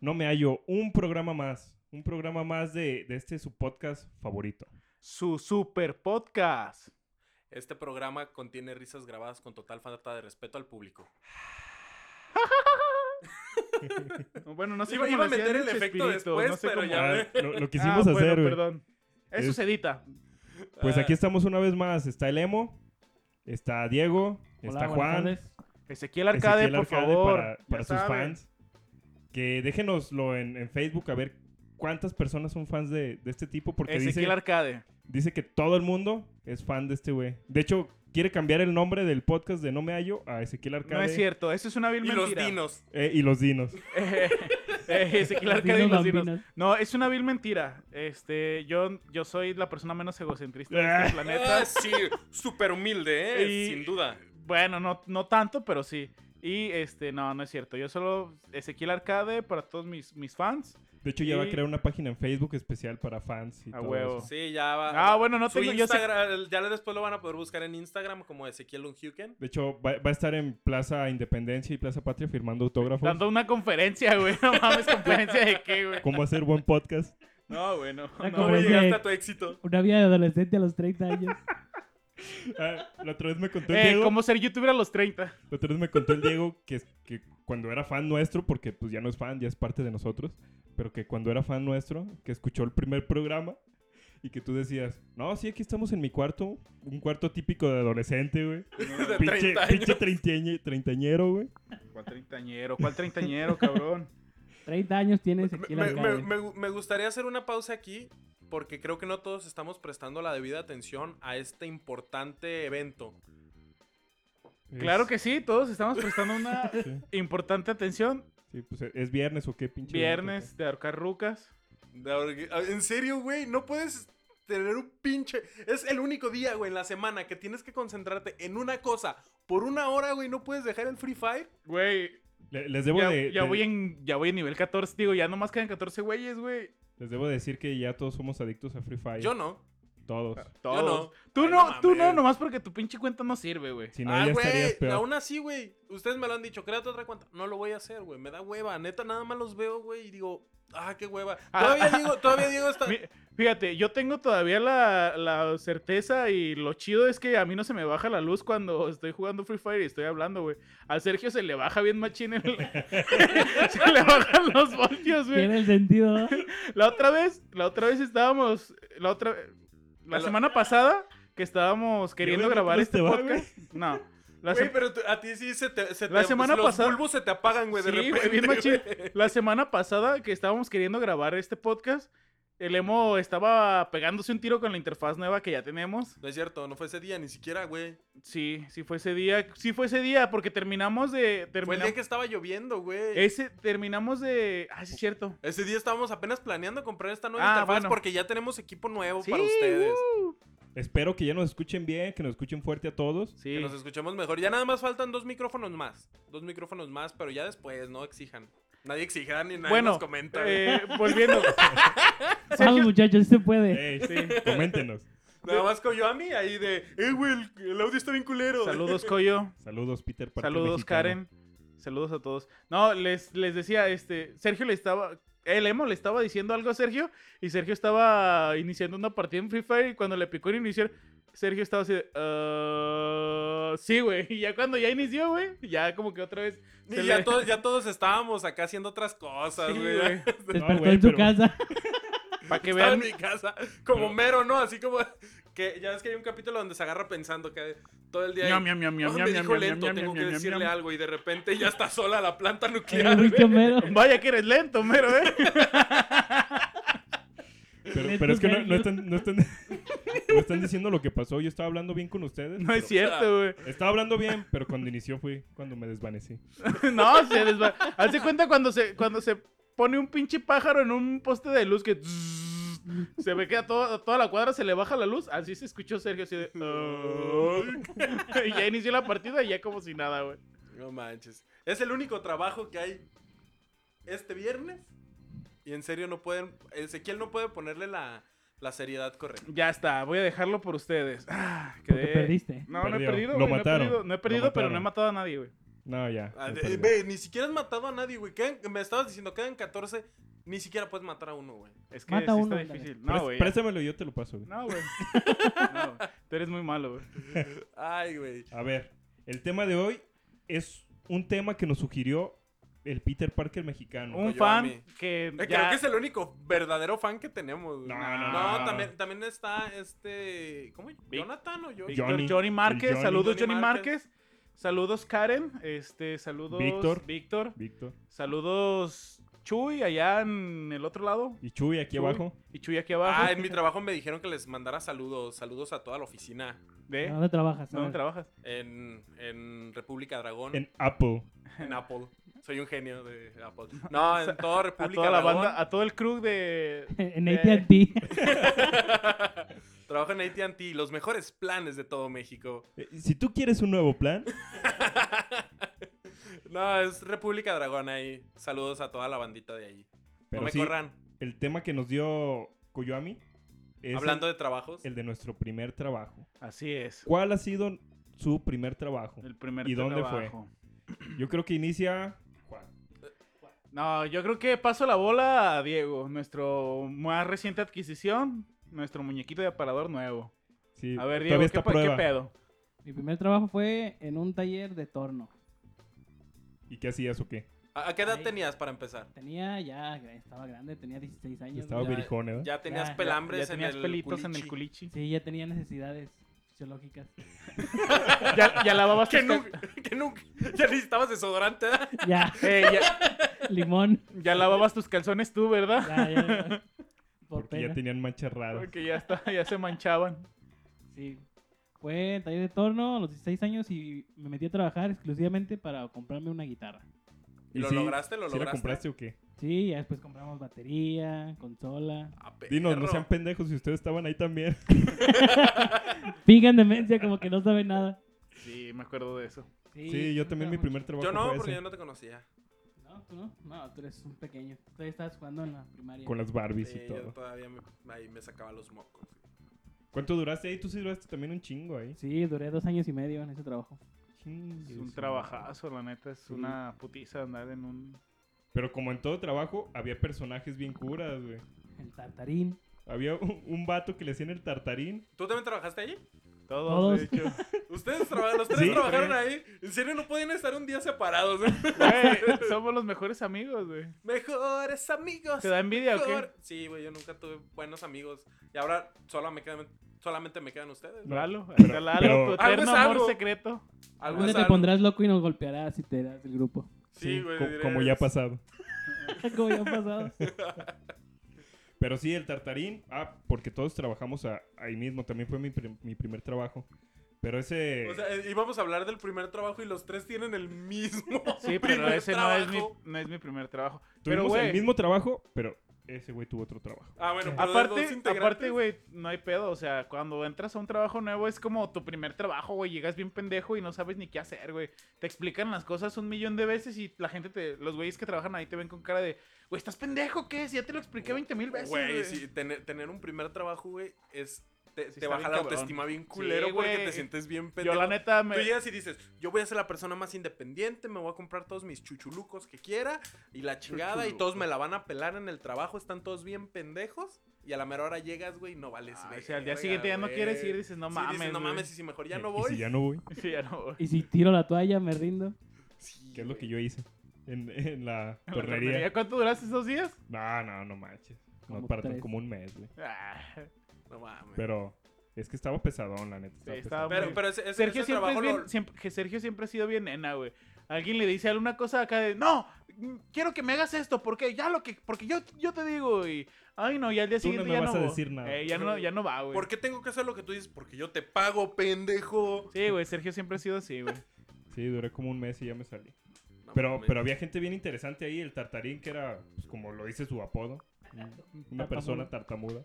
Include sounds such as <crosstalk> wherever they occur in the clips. no me hallo un programa más, un programa más de, de este su podcast favorito. Su super podcast. Este programa contiene risas grabadas con total falta de respeto al público. Bueno, no sé Iba- cómo iba a le hacían meter el en efecto Chespirito, después, no sé pero cómo- ya. Ah, ve. lo, lo quisimos <laughs> Ah, bueno, hacer, güey. perdón. Eso Es- se edita. Pues Ah, aquí estamos una vez más. Está el Emo, está Diego, está Juan. Ezequiel Arcade, Ezequiel por Arcade favor. Para, Ya para sus saben. fans. Que déjenoslo en, en Facebook a ver cuántas personas son fans de, de este tipo. Porque Ezequiel dice, Arcade. dice que todo el mundo es fan de este güey. De hecho, quiere cambiar el nombre del podcast de No Me Hallo a Ezequiel Arcade. No es cierto, eso es una vil Ah, Y los mentira. dinos. eh, y los dinos. Eh, <laughs> eh, Ezequiel Las Arcade y dinos los dinos. bambinas. No, es una vil mentira. Este, yo, yo soy la persona menos egocentrista de Ah. este planeta. Ah, sí, súper humilde, ¿eh? Y- Sin duda. Bueno, no, no tanto, pero sí. Y este, no, no es cierto. Yo solo Ezequiel Arcade para todos mis, mis fans. De hecho, ya va a Y- crear una página en Facebook especial para fans y A todo huevo. eso. Sí, ya va. Ah, bueno, no Su tengo. Yo sé- Instagram, ya después lo van a poder buscar en Instagram como Ezequiel Unhuken. De hecho, va, va a estar en Plaza Independencia y Plaza Patria firmando autógrafos. dando una conferencia, güey. <laughs> No mames, conferencia de qué, güey. ¿Cómo hacer buen podcast? <laughs> <laughs> No, güey, no. La no, ¿Cómo Como güey. conferencia. llegaste de- a tu éxito? Una vida de adolescente a los 30 años. Ah, la otra vez me contó el Eh, Diego. ¿Cómo ser youtuber a los 30? La otra vez me contó el Diego que, que cuando era fan nuestro, porque pues ya no es fan, ya es parte de nosotros, pero que cuando era fan nuestro, que escuchó el primer programa y que tú decías, no, sí, aquí estamos en mi cuarto, un cuarto típico de adolescente, güey. <laughs> De Pinche, 30 pinche años. treintañe- treintañero, güey. ¿Cuál treintañero? ¿Cuál <laughs> treintañero, cabrón? 30 años tiene Me, Ezequiel me- Arcade. me- me- me gustaría hacer una pausa aquí porque creo que no todos estamos prestando la debida atención a este importante evento. Claro que sí, todos estamos prestando una Es- sí. importante atención. Sí, pues es viernes o qué pinche. Viernes de ahorcar rucas. De org- ah, En serio, güey, no puedes tener un pinche... Es el único día, güey, en la semana que tienes que concentrarte en una cosa. Por una hora, güey, no puedes dejar el Free Fire. Güey, Le- les, debo ya, de- ya de- voy en, ya voy en nivel 14. Digo, ya nomás quedan 14 güeyes, güey. les debo decir que ya todos somos adictos a Free Fire. Yo no. Ah. Todos. Todos. no. Tú Ay, no, no tú no, mames. nomás porque tu pinche cuenta no sirve, güey. Si no, ah, ya estarías güey, peor. aún así, güey. Ustedes me lo han dicho, créate otra cuenta. No lo voy a hacer, güey. Me da hueva. Neta, nada más los veo, güey, y digo, ah, qué hueva. Ah, Todavía ah, digo, todavía digo esta... Mi- Fíjate, yo tengo todavía la, la certeza y lo chido es que a mí no se me baja la luz cuando estoy jugando Free Fire y estoy hablando, güey. A Sergio se le baja bien <laughs> machín el... <laughs> se le bajan los voltios, güey. Tiene el sentido. ¿no? La otra vez, la otra vez estábamos, la otra la Pero- semana pasada que estábamos queriendo veo que grabar no este te va, podcast. No. La, Güey, se- pero tú- a ti sí se te. se La te- semana los pasada- bulbos se te apagan, güey, de Sí, güey, repente. bien machín. güey. la semana pasada que estábamos queriendo grabar este podcast, el emo estaba pegándose un tiro con la interfaz nueva que ya tenemos. No es cierto, no fue ese día ni siquiera, güey. Sí, sí fue ese día, sí fue ese día porque terminamos de Fue el terminam- día que estaba lloviendo, güey. ese terminamos de ah sí es cierto. Ese día estábamos apenas planeando comprar esta nueva Ah, interfaz bueno. porque ya tenemos equipo nuevo Sí, para ustedes. uh. Espero que ya nos escuchen bien, que nos escuchen fuerte a todos. Sí. Que nos escuchemos mejor. Ya nada más faltan dos micrófonos más. Dos micrófonos más, pero ya después, no exijan. Nadie exija ni nadie Bueno, nos comenta. güey. eh, <laughs> volviendo. Vamos, Sergio, muchachos, sí se puede. Ey, Eh, Coméntenos. Nada más Koyoami ahí de, eh, güey, el, el audio está bien culero. saludos Coyo. Saludos, Peter. Parker Saludos, mexicano. Karen. Saludos a todos. No, les, les decía, este, Sergio le estaba. El emo le estaba diciendo algo a Sergio. Y Sergio estaba iniciando una partida en Free Fire. Y cuando le picó en iniciar, Sergio estaba así de. "Ah, sí, güey. <laughs> Y ya cuando ya inició, güey. Ya como que otra vez. se Y ya, le- todos, ya todos estábamos acá haciendo otras cosas, Sí, güey. güey. Despertó güey, en su pero- casa. Para que Estaba vean. en mi casa, como mero, ¿no? Así como que ya ves que hay un capítulo donde se agarra pensando que todo el día. Ñam, ahí, ñam, ñam, ñam, "Ah, ñam, me ñam, dijo ñam, lento, ñam, tengo ñam, que ñam, decirle ñam. algo y de repente ya está sola la planta Era nuclear. muy güey. comero. Vaya que eres lento, mero, ¿eh? Pero, Neto pero es que no, Sergio. no están, no, están, <laughs> no están diciendo lo que pasó. Yo estaba hablando bien con ustedes. No es pero- cierto, güey. Estaba hablando bien, pero cuando inició fue cuando me desvanecí. No, se desva... Hace cuenta cuando se, cuando se pone un pinche pájaro en un poste de luz que... zzzz, Se ve que a, todo- a toda la cuadra se le baja la luz. Así se escuchó Sergio, así de... "Ay". <laughs> Y ya inició la partida y ya como si nada, güey. No manches. Es el único trabajo que hay este viernes. Y en serio no pueden. Ezequiel no puede ponerle la, la seriedad correcta. Ya está, voy a dejarlo por ustedes. Ah, Porque quedé- perdiste. No, no he Perdió. perdido, Lo güey, no he mataron. perdido, no he Lo perdido, pero no he mataron. matado a nadie, güey. No, ya. Ah, me de- perdí. Ve, ni siquiera has matado a nadie, güey. Quedan- me estabas diciendo, quedan 14. Ni siquiera puedes matar a uno, güey. Es que Mata sí está uno, ándale. difícil. Prés- No, güey. ya. préstamelo y yo te lo paso, güey. No, güey. No, güey. Tú eres muy malo, güey. Ay, güey. A ver, el tema de hoy es un tema que nos sugirió el Peter Parker mexicano. Un yo a mí. fan que Eh, Creo ya... que es el único verdadero fan que tenemos. güey. No, no, no, no. También, también está este. ¿Cómo? ¿Jonathan o yo? Víctor Johnny. Johnny, Márquez. El Johnny. Saludos, Johnny Johnny Márquez. Márquez. Saludos, Karen. Este, saludos, Víctor. Víctor. Víctor. Saludos, Chuy, allá en el otro lado. Y Chuy aquí Chuy. abajo. Y Chuy aquí abajo. Ah, en mi trabajo me dijeron que les mandara saludos. Saludos a toda la oficina ¿De? ¿A ¿Dónde trabajas? A ¿Dónde ver. trabajas? en, en República Dragón, en, En Apple. Apple. Soy un genio de <laughs> Apple. No, en toda A República toda la Dragón. banda, a todo el crew de... <laughs> <laughs> en Eh. AT&T. Trabajo en AT&T, los mejores planes de todo México. Eh, Si tú quieres un nuevo plan, No, es República Dragón ahí. Saludos a toda la bandita de ahí. pero no me sí, corran. el tema que nos dio Koyoami es Hablando de trabajos. el de nuestro primer trabajo. Así es. ¿Cuál ha sido su primer trabajo? El primer ¿Y dónde fue? trabajo. Yo creo que inicia Juan. No, yo creo que paso la bola a Diego, nuestro más reciente adquisición, nuestro muñequito de aparador nuevo. Sí, A ver, Diego, todavía ¿qué, está pa- qué prueba. pedo? Mi primer trabajo fue en un taller de torno. ¿Y qué hacías o qué? ¿A, a qué edad Ay. tenías para empezar? Tenía ya, estaba grande, tenía 16 años. Estaba güey. virijón, ¿verdad? Ya tenías Ya, ya- pelambres Ya tenías en el pelitos en el culichi. culichi. <laughs> Sí, ya tenía necesidades fisiológicas. <laughs> Ya, ya lavabas Que tus ca- nunca, que nunca. <laughs> Ya necesitabas desodorante, ¿verdad? Ya, Eh, ya, limón. ya lavabas tus calzones tú, <laughs> ¿verdad? Ya, ya. Por Porque pena. ya tenían manchas raras. Porque ya está, ya se manchaban. Sí. Fue en taller de torno a los 16 años y me metí a trabajar exclusivamente para comprarme una guitarra. ¿Y ¿Lo sí- lograste? ¿Lo sí la lograste? compraste o qué? Sí, ya después compramos batería, consola. Ah, Dinos, no perro. sean pendejos si ustedes estaban ahí también. Pingan demencia como que no sabe nada. Sí, me acuerdo de eso. Sí, yo también mi primer trabajo Yo no, fue porque ese, yo no te conocía. No, tú no. No, tú eres un pequeño. Tú todavía estabas jugando en la primaria. con las Barbies Sí, y yo todo. todavía me, ahí me sacaba los mocos. ¿Cuánto duraste ahí? Tú sí duraste también un chingo ahí. Sí, duré dos años y medio en ese trabajo. Chingue Es un su madre. trabajazo, la neta. Es Sí. una putiza andar en un... Pero como en todo trabajo, había personajes bien curas, güey. El tartarín. Había un, un vato que le hacían el tartarín. ¿Tú también trabajaste ahí? Todos, Todos. de hecho. Ustedes trabajaron, los tres Sí, trabajaron tres. ahí. En serio, no podían estar un día separados. <laughs> ¿eh? Güey, somos los mejores amigos, güey. Mejores amigos. ¿Te da envidia o qué? mejor- Sí, güey, yo nunca tuve buenos amigos. Y ahora solo me quedan, solamente me quedan ustedes. güey. Lalo, ahí Pero- está Lalo, pero- tu Algo eterno es amor algo. secreto. Algo ¿Dónde es te algo. pondrás loco y nos golpearás si te das el grupo? <laughs> Sí, güey. co- diré, como ya ha es- pasado. como ya ha pasado. Pero sí, el tartarín. Ah, porque todos trabajamos a- ahí mismo. También fue mi, prim- mi primer trabajo. Pero ese. O sea, eh, íbamos a hablar del primer trabajo y los tres tienen el mismo. <laughs> Sí, pero primer ese no trabajo. es, mi, no es mi primer trabajo. Pero, tuvimos güey, el mismo trabajo, pero ese güey tuvo otro trabajo. Ah, bueno, pero de dos Aparte, integrantes- aparte, güey, no hay pedo. O sea, cuando entras a un trabajo nuevo es como tu primer trabajo, güey. Llegas bien pendejo y no sabes ni qué hacer, güey. Te explican las cosas un millón de veces y la gente, te, los güeyes que trabajan ahí te ven con cara de, güey, ¿estás pendejo o qué? Si ya te lo expliqué 20 mil veces. Güey, Güey, sí, tener, tener un primer trabajo, güey, es. Te, Sí, te está baja bien la cabrón. autoestima bien culero Sí, porque güey. te sientes bien Yo, pendejo. la neta, Tú me. llegas y dices, yo voy a ser la persona más independiente, me voy a comprar todos mis chuchulucos que quiera y la chingada y todos me la van a pelar en el trabajo, están todos bien pendejos y a la mera hora llegas, güey, y no vales. Ah, verga, o sea, al día güey. siguiente ya no quieres ir, dices, no Sí, mames. dices, no güey". mames, y si mejor ya Eh, no Y voy. si ya no voy. <laughs> Sí, ya no voy. Y si tiro la toalla, me rindo. Sí, ¿Qué es lo güey. que yo hice? En, <laughs> en la La tornería. tornería, ¿Cuánto duraste esos días? No, no, no manches. No, Como para tres. como un mes, güey. Ah. No mames. Pero es que estaba pesadón, la neta. Sí, estaba estaba pesadón. Pero, pero ese, ese- Pues Sergio ese siempre, trabajo es bien- lo- siempre- que Sergio siempre ha sido bien nena, güey. Alguien le dice alguna cosa acá de, no, mm, quiero que me hagas esto, porque ya lo que, porque yo, yo te digo, y, ay no, y al día Tú no siguiente me ya vas no a va. decir nada. Eh, ya no, ya no va, güey. ¿Por qué tengo que hacer lo que tú dices? Porque yo te pago, pendejo. Sí, güey, Sergio siempre ha sido <laughs> así, güey. Sí, duré como un mes y ya me salí. No Pero, mames. pero había gente bien interesante ahí. El tartarín, que era, pues, como lo dice su apodo, una <laughs> Tartamudo. persona tartamuda.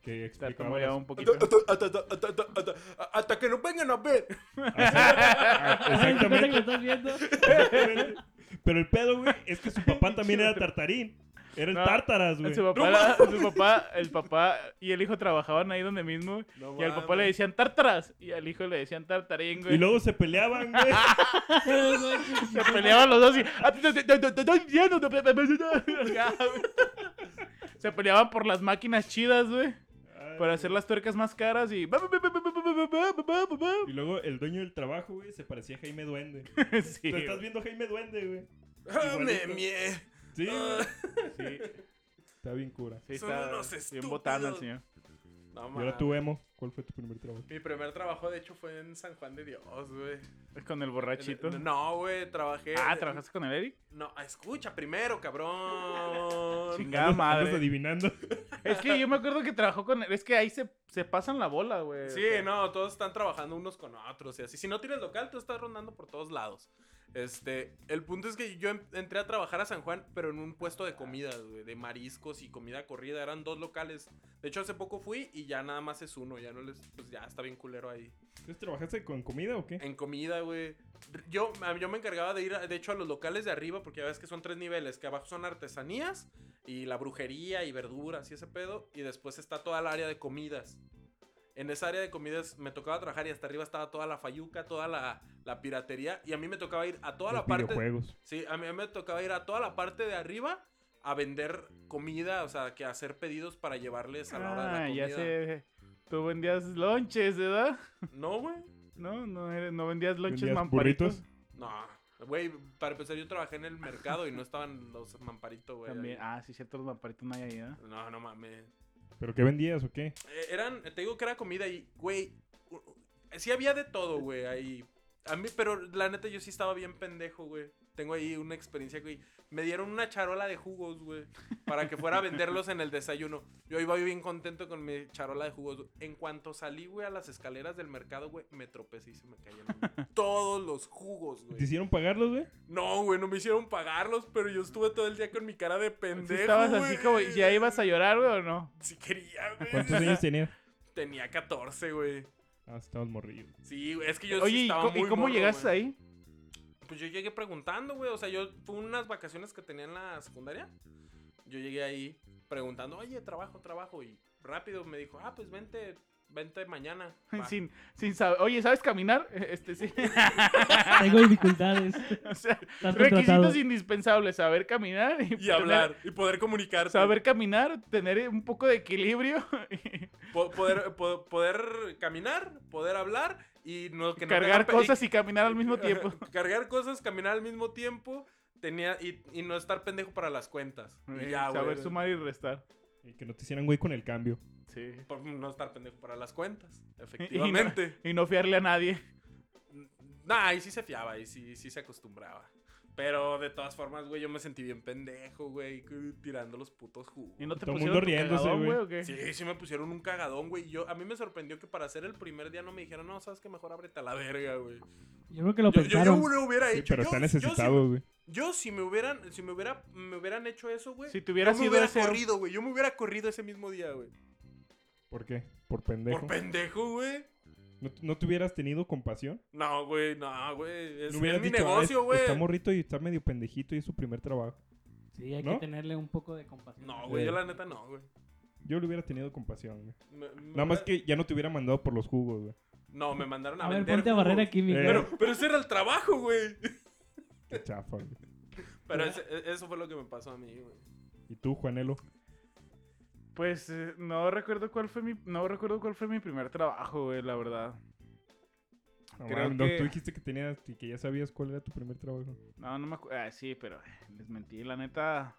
Que Te explicaba tomaría las <laughs> un poquito. Hasta- hasta- hasta- hasta- hasta- hasta- Hasta que nos vengan a ver. Ah, Ay, <laughs> ¿te acuerdas que Exactamente. lo estás viendo? <laughs> Pero el pedo, güey, es que su papá también era Tartarín. Era el No, Tártaras, güey. Su papá, No era- su papá- el papá y el hijo trabajaban ahí donde mismo. No y al papá mames. le decían tártaras. Y al hijo le decían tartarín, güey. Y luego se peleaban, <laughs> güey. Se peleaban los dos y. "Ah, te- te- te- te- te estoy diciendo, te- te- te- te- <laughs> te-". Ya, güey. Se peleaban por las máquinas chidas, güey. Ay, Para hacer las tuercas más caras y. Y luego el dueño del trabajo, güey, se parecía a Jaime Duende. <laughs> Sí, Te estás güey. viendo Jaime Duende, güey. Ah, me Igualito. mie- Sí, <laughs> Ah, güey. Sí. Está bien cura. Sí, Son está unos bien botana el estúpidos. señor. No, Y ahora mames. tú, Emo, ¿cuál fue tu primer trabajo? Mi primer trabajo, de hecho, fue en San Juan de Dios, güey. Con el borrachito. No, güey, trabajé. Ah, ¿trabajaste con el Eric? No, escucha primero, cabrón. Chingada Andas madre. adivinando. Es que yo me acuerdo que trabajó con. Es que ahí se, se pasan la bola, güey. Sí, O sea, no, todos están trabajando unos con otros y así. Si no tienes local, tú estás rondando por todos lados. Este, el punto es que yo em- entré a trabajar a San Juan, pero en un puesto de comida, güey, de mariscos y comida corrida. Eran dos locales. De hecho, hace poco fui y ya nada más es uno. Ya no les, pues ya está bien culero ahí. Entonces, ¿trabajaste con comida o qué? En comida, güey. Yo, a- yo me encargaba de ir, a- de hecho, a los locales de arriba, porque ya ves que son tres niveles, que abajo son artesanías y la brujería y verduras y ese pedo, y después está toda la área de comidas. En esa área de comidas me tocaba trabajar y hasta arriba estaba toda la fayuca, toda la, la piratería, y a mí me tocaba ir a toda Los la parte... videojuegos. Sí, a mí me tocaba ir a toda la parte de arriba a vender comida, o sea, que hacer pedidos para llevarles a la hora de la Ah, comida. ya sé. Tú vendías lonches, ¿verdad? No, güey. No, no, eres- no vendías lonches ¿Vendías mamparitos. burritos? No, güey, para empezar yo trabajé en el mercado y no estaban los mamparitos, güey. También. ahí. Ah, sí, cierto, los mamparitos no hay ahí, ¿verdad? No, no mames. ¿Pero qué vendías o qué? Eh, eran, te digo que era comida y, güey, u- u- sí había de todo, güey, ahí. A mí, pero la neta yo sí estaba bien pendejo, güey. Tengo ahí una experiencia, güey. Me dieron una charola de jugos, güey, para que fuera a venderlos en el desayuno. Yo iba bien contento con mi charola de jugos. güey. En cuanto salí, güey, a las escaleras del mercado, güey, me tropecé y se me cayeron güey, todos los jugos, güey. ¿Te hicieron pagarlos, güey? No, güey, no me hicieron pagarlos, pero yo estuve todo el día con mi cara de pendejo. Sí, estabas así güey. como. ¿Ya ibas a llorar, güey, o no? Si quería, <laughs> ¿Cuántos güey. años tenías? Tenía 14, güey. Ah, estabas morrido. Sí, güey, es que yo Oye, sí ¿y estaba co- ¿y muy cómo morro, llegaste güey. ahí? <laughs> Pues yo llegué preguntando, güey. O sea, yo fue unas vacaciones que tenía en la secundaria. Yo llegué ahí preguntando, oye, trabajo, trabajo. Y rápido me dijo, ah, pues vente, <laughs> vente mañana. Va. Sin, sin saber. Oye, ¿sabes caminar? <laughs> Este sí. Tengo dificultades. o sea, Estás contratado. requisitos indispensables: saber caminar y, Y tener- hablar, y poder comunicarse. Saber caminar, tener un poco de equilibrio. <laughs> Po- poder, po- poder caminar, poder hablar y no que no te hagan cargar pe- cosas y caminar al mismo tiempo. Cargar cosas, caminar al mismo tiempo tenía, y, y no estar pendejo para las cuentas. <laughs> Y Eh, ya, güey. saber sumar y restar. Y que no te hicieran, güey, con el cambio. Sí. Por no estar pendejo para las cuentas, <laughs> efectivamente. Y no fiarle a nadie. Nah, ahí sí se fiaba, ahí sí, sí se acostumbraba. Pero de todas formas, güey, yo me sentí bien pendejo, güey, que- tirando los putos jugos. Y no te Todo el pusieron mundo tu riéndose, cagadón, güey. güey, o qué? Sí, sí me pusieron un cagadón, güey. y Yo, a mí me sorprendió que para hacer el primer día no me dijeron, no, sabes que mejor ábrete a la verga, güey. Yo creo que lo Yo, yo, pensaron. yo lo hubiera Sí, hecho. pero yo, está yo sí- necesitado, güey. Yo si me hubieran, si me hubiera, me hubieran hecho eso, güey. Si Si te hubiera hubiera yo me sido hubiera ese- corrido, güey. Yo me hubiera corrido ese mismo día, güey. ¿Por qué? ¿Por pendejo? Por pendejo, güey. ¿No, no te hubieras tenido compasión? No, güey, no, güey. Es, ¿No es hubieras mi dicho, "Ah, negocio, es- güey. Está morrito y está medio pendejito y es su primer trabajo. Sí, hay ¿No? que tenerle un poco de compasión. No, güey, Sí. yo la neta no, güey. Yo le hubiera tenido compasión, güey. Me- me Nada más hubiera- que ya no te hubiera mandado por los jugos, güey. No, me mandaron a, A ver, vender. ponte a barrer jugos. aquí, mi Eh, güey. Pero, pero ese era el trabajo, güey. <laughs> Qué chafa, güey. Pero ese- e- eso fue lo que me pasó a mí, güey. ¿Y tú, Juanelo? Pues eh, no recuerdo cuál fue mi no recuerdo cuál fue mi primer trabajo, güey, la verdad. No, Creo mames, no, que- tú dijiste que tenías y que ya sabías cuál era tu primer trabajo. No, no me acuerdo. Ah, sí, pero eh, les mentí, la neta.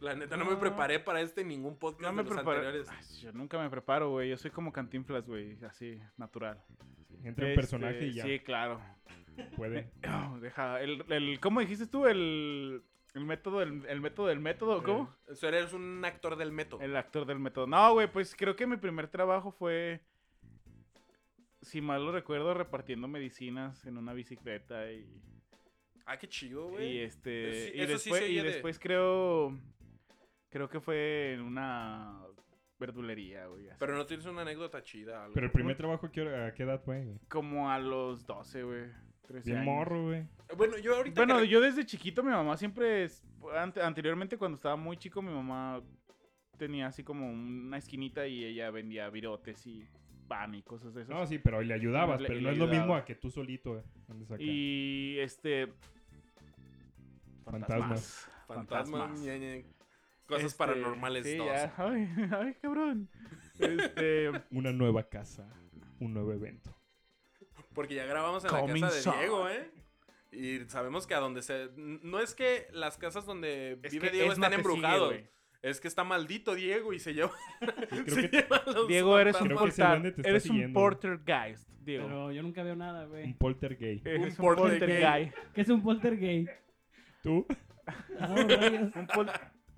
La neta no me Ah. No. preparé para este ningún podcast No me de los preparé. anteriores. Ay, Yo nunca me preparo, güey. Yo soy como Cantinflas, güey, así natural. Entra en Este, personaje y ya Sí, claro. Oh, puede. Deja el, el ¿cómo dijiste tú el el método el, el método del método, ¿cómo? Eh, Eso eres un actor del método. El actor del método. No, güey, pues creo que mi primer trabajo fue, si mal lo recuerdo, repartiendo medicinas en una bicicleta y, Ah, qué chido, y güey. este Sí, y eso sí después, se y oye de- después creo creo que fue en una verdulería, güey. así. Pero no tienes una anécdota chida. algo. Pero el primer trabajo, ¿a qué hora- ¿a qué edad fue? güey? Como a los 12, güey. 13 Bien años. morro, güey. Bueno, yo ahorita. Bueno, que- yo desde chiquito, mi mamá siempre. es- ante- anteriormente, cuando estaba muy chico, mi mamá tenía así como una esquinita y ella vendía virotes y pan y cosas de esas. No, Ah, sí, pero le ayudabas, Le- pero le no es lo mismo ayudaba. a que tú solito eh, andes acá. y este. Fantasmas. Fantasmas. fantasmas. ñe, ñe, Cosas Este, paranormales. sí, dos. ya. Ay, ay, cabrón. <laughs> Este. Una nueva casa, un nuevo evento. Porque ya grabamos en Coming la casa de soon. Diego, ¿eh? Y sabemos que a donde se. No es que las casas donde Es vive que Diego es están más te sigue, embrujados. güey. es que está maldito Diego y <laughs> se lleva. creo <laughs> se que- lleva los Diego, eres un, Creo que ese portal- duende te está eres un siguiendo. portergeist, Diego. Pero yo nunca veo nada, güey. Un poltergeist. Eres un porter gay. guy. ¿Qué es un poltergeist? ¿Tú? Ah, rayos. Un pol-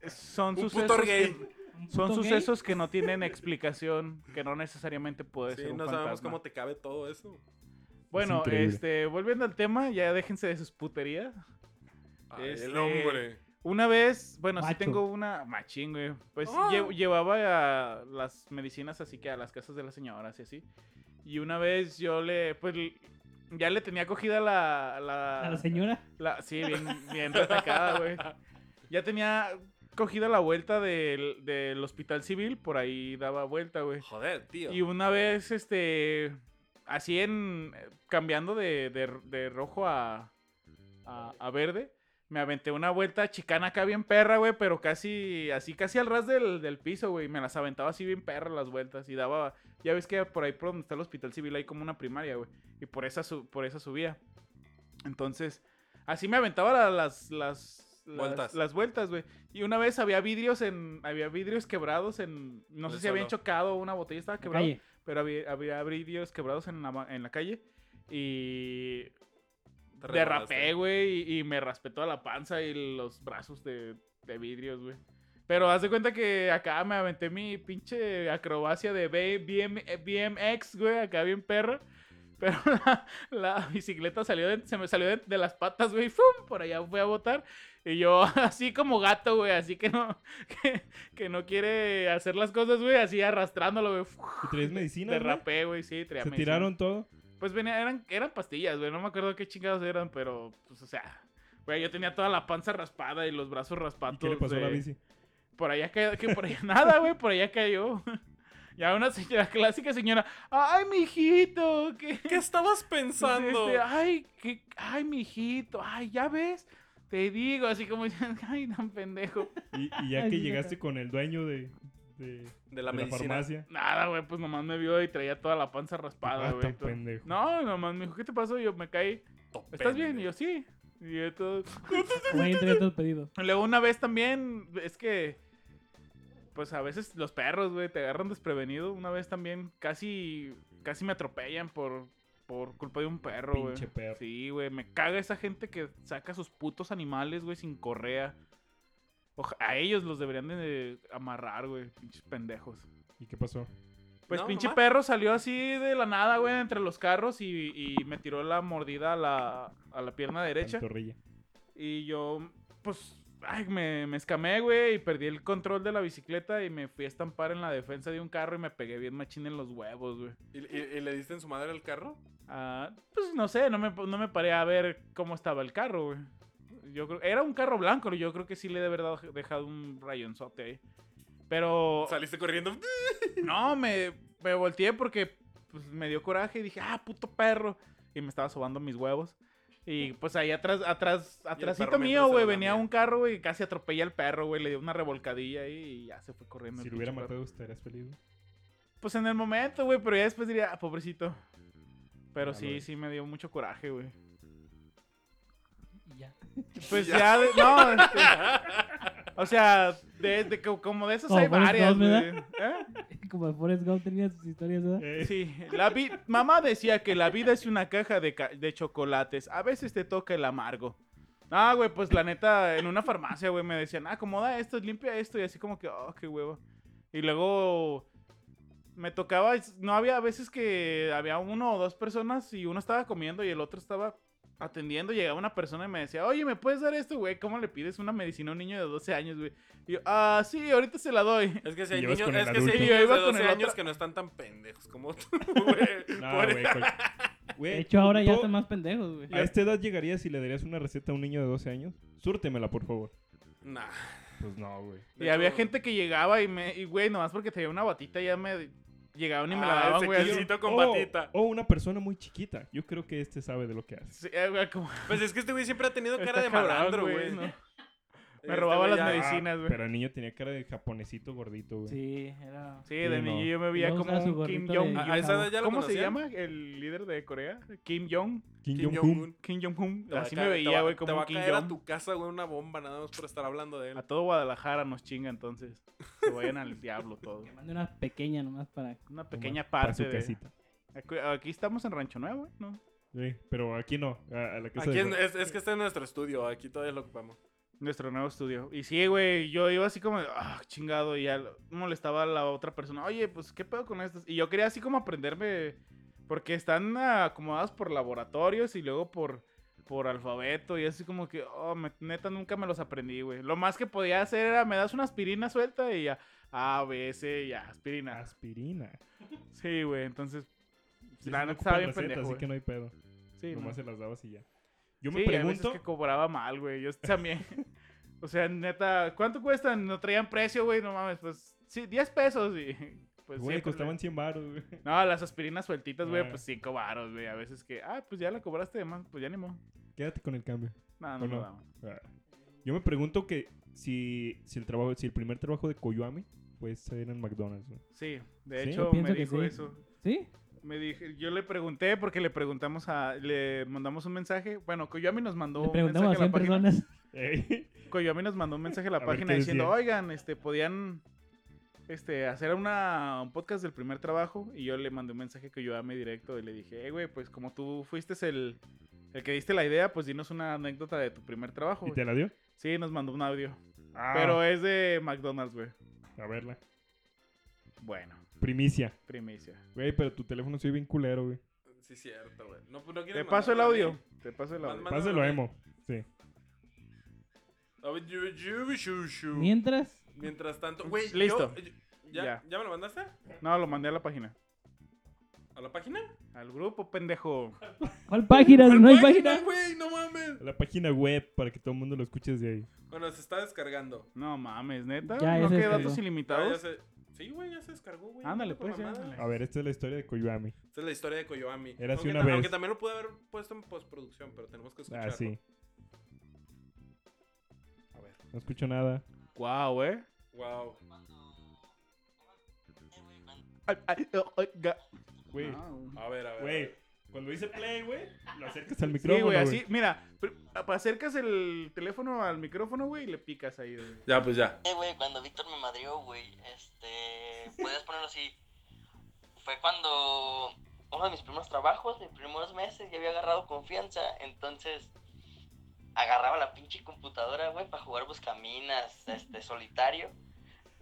Son Un sucesos puto que- gay. ¿Un Son puto gay? sucesos que no tienen explicación, que no necesariamente puede Sí, ser un no fantasma. sabemos cómo te cabe todo eso. Bueno, Es increíble. este, volviendo al tema, ya déjense de sus puterías. Ay, El Este, hombre. Una vez, bueno, sí Macho. tengo una machín, güey. Pues Ah. lle- llevaba a las medicinas así que a las casas de las señoras y así. Y una vez yo le, pues, l- ya le tenía cogida la... la, A la señora. la- sí, bien, bien retacada, <laughs> güey. Ya tenía cogida la vuelta del, del hospital civil, por ahí daba vuelta, güey. Joder, tío. Y una vez, este, así en, eh, cambiando de, de- de rojo a, a- a verde, me aventé una vuelta chicana acá bien perra, güey, pero casi, así casi al ras del, del piso, güey. Me las aventaba así bien perra las vueltas y daba, ya ves que por ahí por donde está el hospital civil hay como una primaria, güey. Y por esa, su- por esa subía. Entonces, así me aventaba la- las, las, las- Vueltas. las vueltas, güey. Y una vez había vidrios en, había vidrios quebrados en, no En sé el si habían suelo. chocado una botella, estaba la quebrada calle. pero había, había vidrios quebrados en la, ma- en la calle y Te derrapé, resbalaste. güey, y, y me raspé toda la panza y los brazos de, de vidrios, güey. Pero haz de cuenta que acá me aventé mi pinche acrobacia de B- BM, eh, BMX, güey, acá bien perro. <laughs> Pero la, la bicicleta salió de- se me salió de, de las patas, güey, ¡fum! Por allá fui a botar. Y yo <laughs> así como gato, güey, así que no, <laughs> que, que no quiere hacer las cosas, güey, así arrastrándolo, güey. ¿Y traes medicina? güey? Derrapé, güey, sí, traía ¿Se medicina. tiraron todo? Pues venía, eran, eran pastillas, güey. No me acuerdo qué chingados eran, pero, pues, o sea. Güey, yo tenía toda la panza raspada y los brazos raspados. ¿Y qué le pasó a la de- bici? Por allá cayó, que por allá <laughs> nada, güey, por allá cayó. <laughs> Ya una señora, clásica señora, ay, mijito, que... ¿Qué estabas pensando? Este, ay, que, ay, mijito, ay, ya ves, te digo, así como, <laughs> ay, tan pendejo. Y, y ya Ay, que sí, llegaste acá. con el dueño de, de, de la de la medicina. farmacia. Nada, güey, pues nomás me vio y traía toda la panza raspada, Ah, güey. tan todo. pendejo. No, nomás me dijo, ¿qué te pasó? Y yo me caí. Tope. ¿Estás bien? Y yo, sí. Y yo todo... Güey, entre estos pedidos. Y Luego una vez también, es que... Pues a veces los perros, güey, te agarran desprevenido. Una vez también casi... Casi me atropellan por... Por culpa de un perro, güey. Pinche perro. Sí, güey. Me caga esa gente que saca sus putos animales, güey, sin correa. Oja- a ellos los deberían de amarrar, güey. Pinches pendejos. ¿Y qué pasó? Pues No, pinche nomás. perro salió así de la nada, güey, entre los carros y, y me tiró la mordida a la, a la pierna derecha. Pantorrilla. Y yo, pues, ay, me, me escamé, güey, y perdí el control de la bicicleta y me fui a estampar en la defensa de un carro y me pegué bien machín en los huevos, güey. ¿Y, y, y le diste en su madre al carro? Ah, pues no sé, no me, no me paré a ver cómo estaba el carro, güey. Yo creo, era un carro blanco, yo creo que sí le he de verdad dejado un rayonzote ahí. Pero Saliste corriendo. no, me, me volteé porque pues, me dio coraje y dije, ah, puto perro. Y me estaba sobando mis huevos. Y pues ahí atrás, atrás, atrásito perro mío, mientras se güey, lo venía lamía. un carro, güey, y casi atropellé al perro, güey, le dio una revolcadilla ahí y ya se fue corriendo. Si el lo hubiera pinche perro. matado, estarías feliz. güey? Pues en el momento, güey, pero ya después diría, ah, pobrecito. Pero Ya lo sí, ves. sí me dio mucho coraje, <laughs> güey. Y ya. <laughs> Pues Ya. ya, de- no, este, o sea, de, de co- como de esas Como hay Forrest varias, Gump, güey. ¿Eh? Como Forrest Gump tenía sus historias, ¿verdad? Eh, Sí, la vi- mamá decía que la vida es una caja de, ca- de chocolates. A veces te toca el amargo. Ah, güey, pues la neta, en una farmacia, güey, me decían, ah, acomoda esto, limpia esto, y así como que, oh, qué huevo. Y luego me tocaba, es- no había veces que había uno o dos personas y uno estaba comiendo y el otro estaba atendiendo. Llegaba una persona y me decía, oye, ¿me puedes dar esto, güey? ¿Cómo le pides una medicina a un niño de 12 años, güey? Y yo, ah, sí, ahorita se la doy. Es que si Y hay ibas niños, con el es que si hay adulto. Y yo niños iba de con el 12 años otro. que no están tan pendejos como tú, <laughs> güey. no, <laughs> Por- güey, cual- Güey, De hecho, ahora ya todo- están más pendejos, güey. ¿A esta edad llegarías y le darías una receta a un niño de 12 años? Súrtemela, por favor. <laughs> Nah. Pues no, güey. Y había gente que llegaba y me, y güey, nomás porque tenía una batita ya me llegaban y me la Ah, daban, ese güey. así. quesito. Con O- patita. O una persona muy chiquita. Yo creo que este sabe de lo que hace. Sí, eh, güey, como- Pues es que este güey siempre ha tenido cara <laughs> está de cabrón, malandro, güey, güey. ¿no? Este robaba güey las ya- medicinas. güey. Ah, Pero el niño tenía cara de japonesito gordito, güey. Sí, era. Sí, de Sí, mí no. yo me veía Luego como usaba su un Kim gorrito de- Jong. Ah, ¿A esa edad ya lo ¿Cómo se conocían? llama el líder de Corea? Kim Jong. Kim, Kim Jong-un. Jong-un. Kim Jong-un. Te va a Así caer- me te va- veía, güey, Te va como a Kim Ah, caer a Jong. tu casa, güey, una bomba nada más por estar hablando de él. A todo Guadalajara nos chinga entonces. Se vayan al diablo todo. Que mande una pequeña nomás para. Una pequeña Para su parte de... casita. Aquí- Aquí estamos en Rancho Nuevo, güey, ¿no? Sí, pero aquí no. A, a la casa Aquí de- en- es, es que está en nuestro estudio, aquí todavía lo ocupamos. Nuestro nuevo estudio. Y sí, güey, yo iba así como, ah, chingado, y ya lo- molestaba a la otra persona. Oye, pues, ¿qué pedo con estas? Y yo quería así como aprenderme, porque están ah, acomodadas por laboratorios y luego por, por alfabeto, y así como que, oh, me- neta, nunca me los aprendí, güey. Lo más que podía hacer era, me das una aspirina suelta y ya, A, B, C, ya, aspirina. Aspirina. Sí, güey, entonces, Sí, la no neta ocupan estaba bien receta, pendejo, Así güey. que no hay pedo. Sí, no. Nomás se las dabas y ya. Yo Sí, me hay veces pregunto. que cobraba mal, güey. Yo también. <laughs> o sea, neta, ¿cuánto cuestan? No traían precio, güey. No mames, pues sí, 10 pesos y <laughs> pues Güey, sí, pues, costaban 100 baros, güey. <laughs> No, las aspirinas sueltitas, güey, Ah. pues 5 varos, güey. A veces que, ah, pues ya la cobraste de más, pues ya ni modo. Quédate con el cambio. No, no, ¿O no. no? Ah. Yo me pregunto que si, si el trabajo, si el primer trabajo de Koyuami fue ser en McDonald's, güey. Sí, de Sí, hecho yo pienso me que dijo sí. eso. ¿Sí? Me dije, yo le pregunté porque le preguntamos a, le mandamos un mensaje. Bueno, Koyami nos mandó Le un mensaje a preguntamos a la 100 página. personas. Ey. Koyami nos mandó un mensaje a la A ver, página ¿qué diciendo, decía? oigan, este, podían este, hacer una, un podcast del primer trabajo. Y yo le mandé un mensaje a Koyami directo y le dije, eh, güey, pues como tú fuiste el, el que diste la idea, pues dinos una anécdota de tu primer trabajo. ¿Y güey". te la dio? Sí, nos mandó un audio. Ah, Pero eh. es de McDonald's, güey. A verla. Bueno, Primicia. primicia. Güey, pero tu teléfono soy bien culero, güey. Sí, cierto, güey. No, no Te paso el audio. ¿eh? Te paso el Man- audio. man- Páselo a Emo. Sí. Mientras, Mientras. Mientras tanto, güey, yo- Listo. yo- ¿ya, Ya. ¿Ya me lo mandaste? No, lo mandé a la página. ¿A la página? Al grupo, pendejo. ¿Cuál página? ¿A la No hay página. güey, no mames. A la página web para que todo el mundo lo escuche desde ahí. Bueno, se está descargando. No mames, neta. Ya, no ese que es el- datos Ah, ya ilimitados. se- Sí, güey, ya se descargó, güey. Ándale, No te pues, ya, mamada. ándale. A ver, esta es la historia de Koyuami. Ah, Esta es la historia de Koyoami. Era así aunque, una ta- vez. aunque también lo pude haber puesto en postproducción, pero tenemos que escucharlo. Ah, sí. No escucho nada. Guau, eh. Wow. Ay, ay, oh, oh, ga- Güey, No. A ver, a ver. a güey. ver. Cuando dice play, güey, lo acercas al Sí, micrófono, güey, güey. así, mira, pr- acercas el teléfono al micrófono, güey, y le picas ahí. güey. Ya, pues ya. Eh, güey, cuando Víctor me madrió, güey, este, puedes ponerlo así. Fue cuando uno de mis primeros trabajos, mis primeros meses, ya había agarrado confianza, entonces agarraba la pinche computadora, güey, para jugar buscaminas, este, solitario.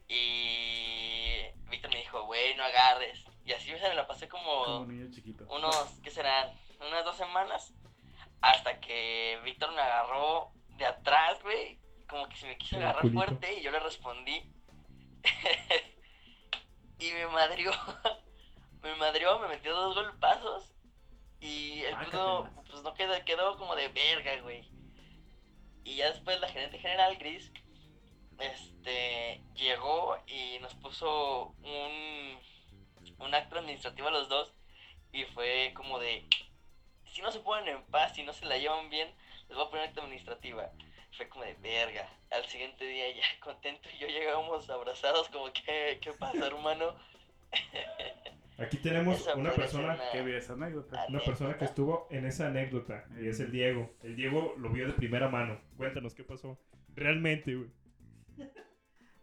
Y Víctor me dijo, güey, no agarres. Y así se me la pasé Como Oh. como niño chiquito. unos, ¿qué serán? Unas dos semanas. Hasta que Víctor me agarró de atrás, güey. Como que se me quiso El agarrar culito. fuerte y yo le respondí. <laughs> y me madrió. me madrió, me metió dos golpazos. Y Ah, el crudo, Sácatelas. pues no quedó, quedó como de verga, güey. Y ya después la gerente general gris este llegó y nos puso un, un acto administrativo a los dos y fue como de si no se ponen en paz, si no se la llevan bien, les voy a poner acto administrativa. Fue como de verga. Al siguiente día ya <laughs> contento y yo llegamos abrazados como que qué <laughs> pasa hermano. Aquí tenemos Esa una fue persona una- Qué bien esa Ah. anécdota. Una persona que estuvo en esa anécdota y es el Diego. El Diego lo vio de primera mano. Cuéntanos qué pasó. Realmente, güey.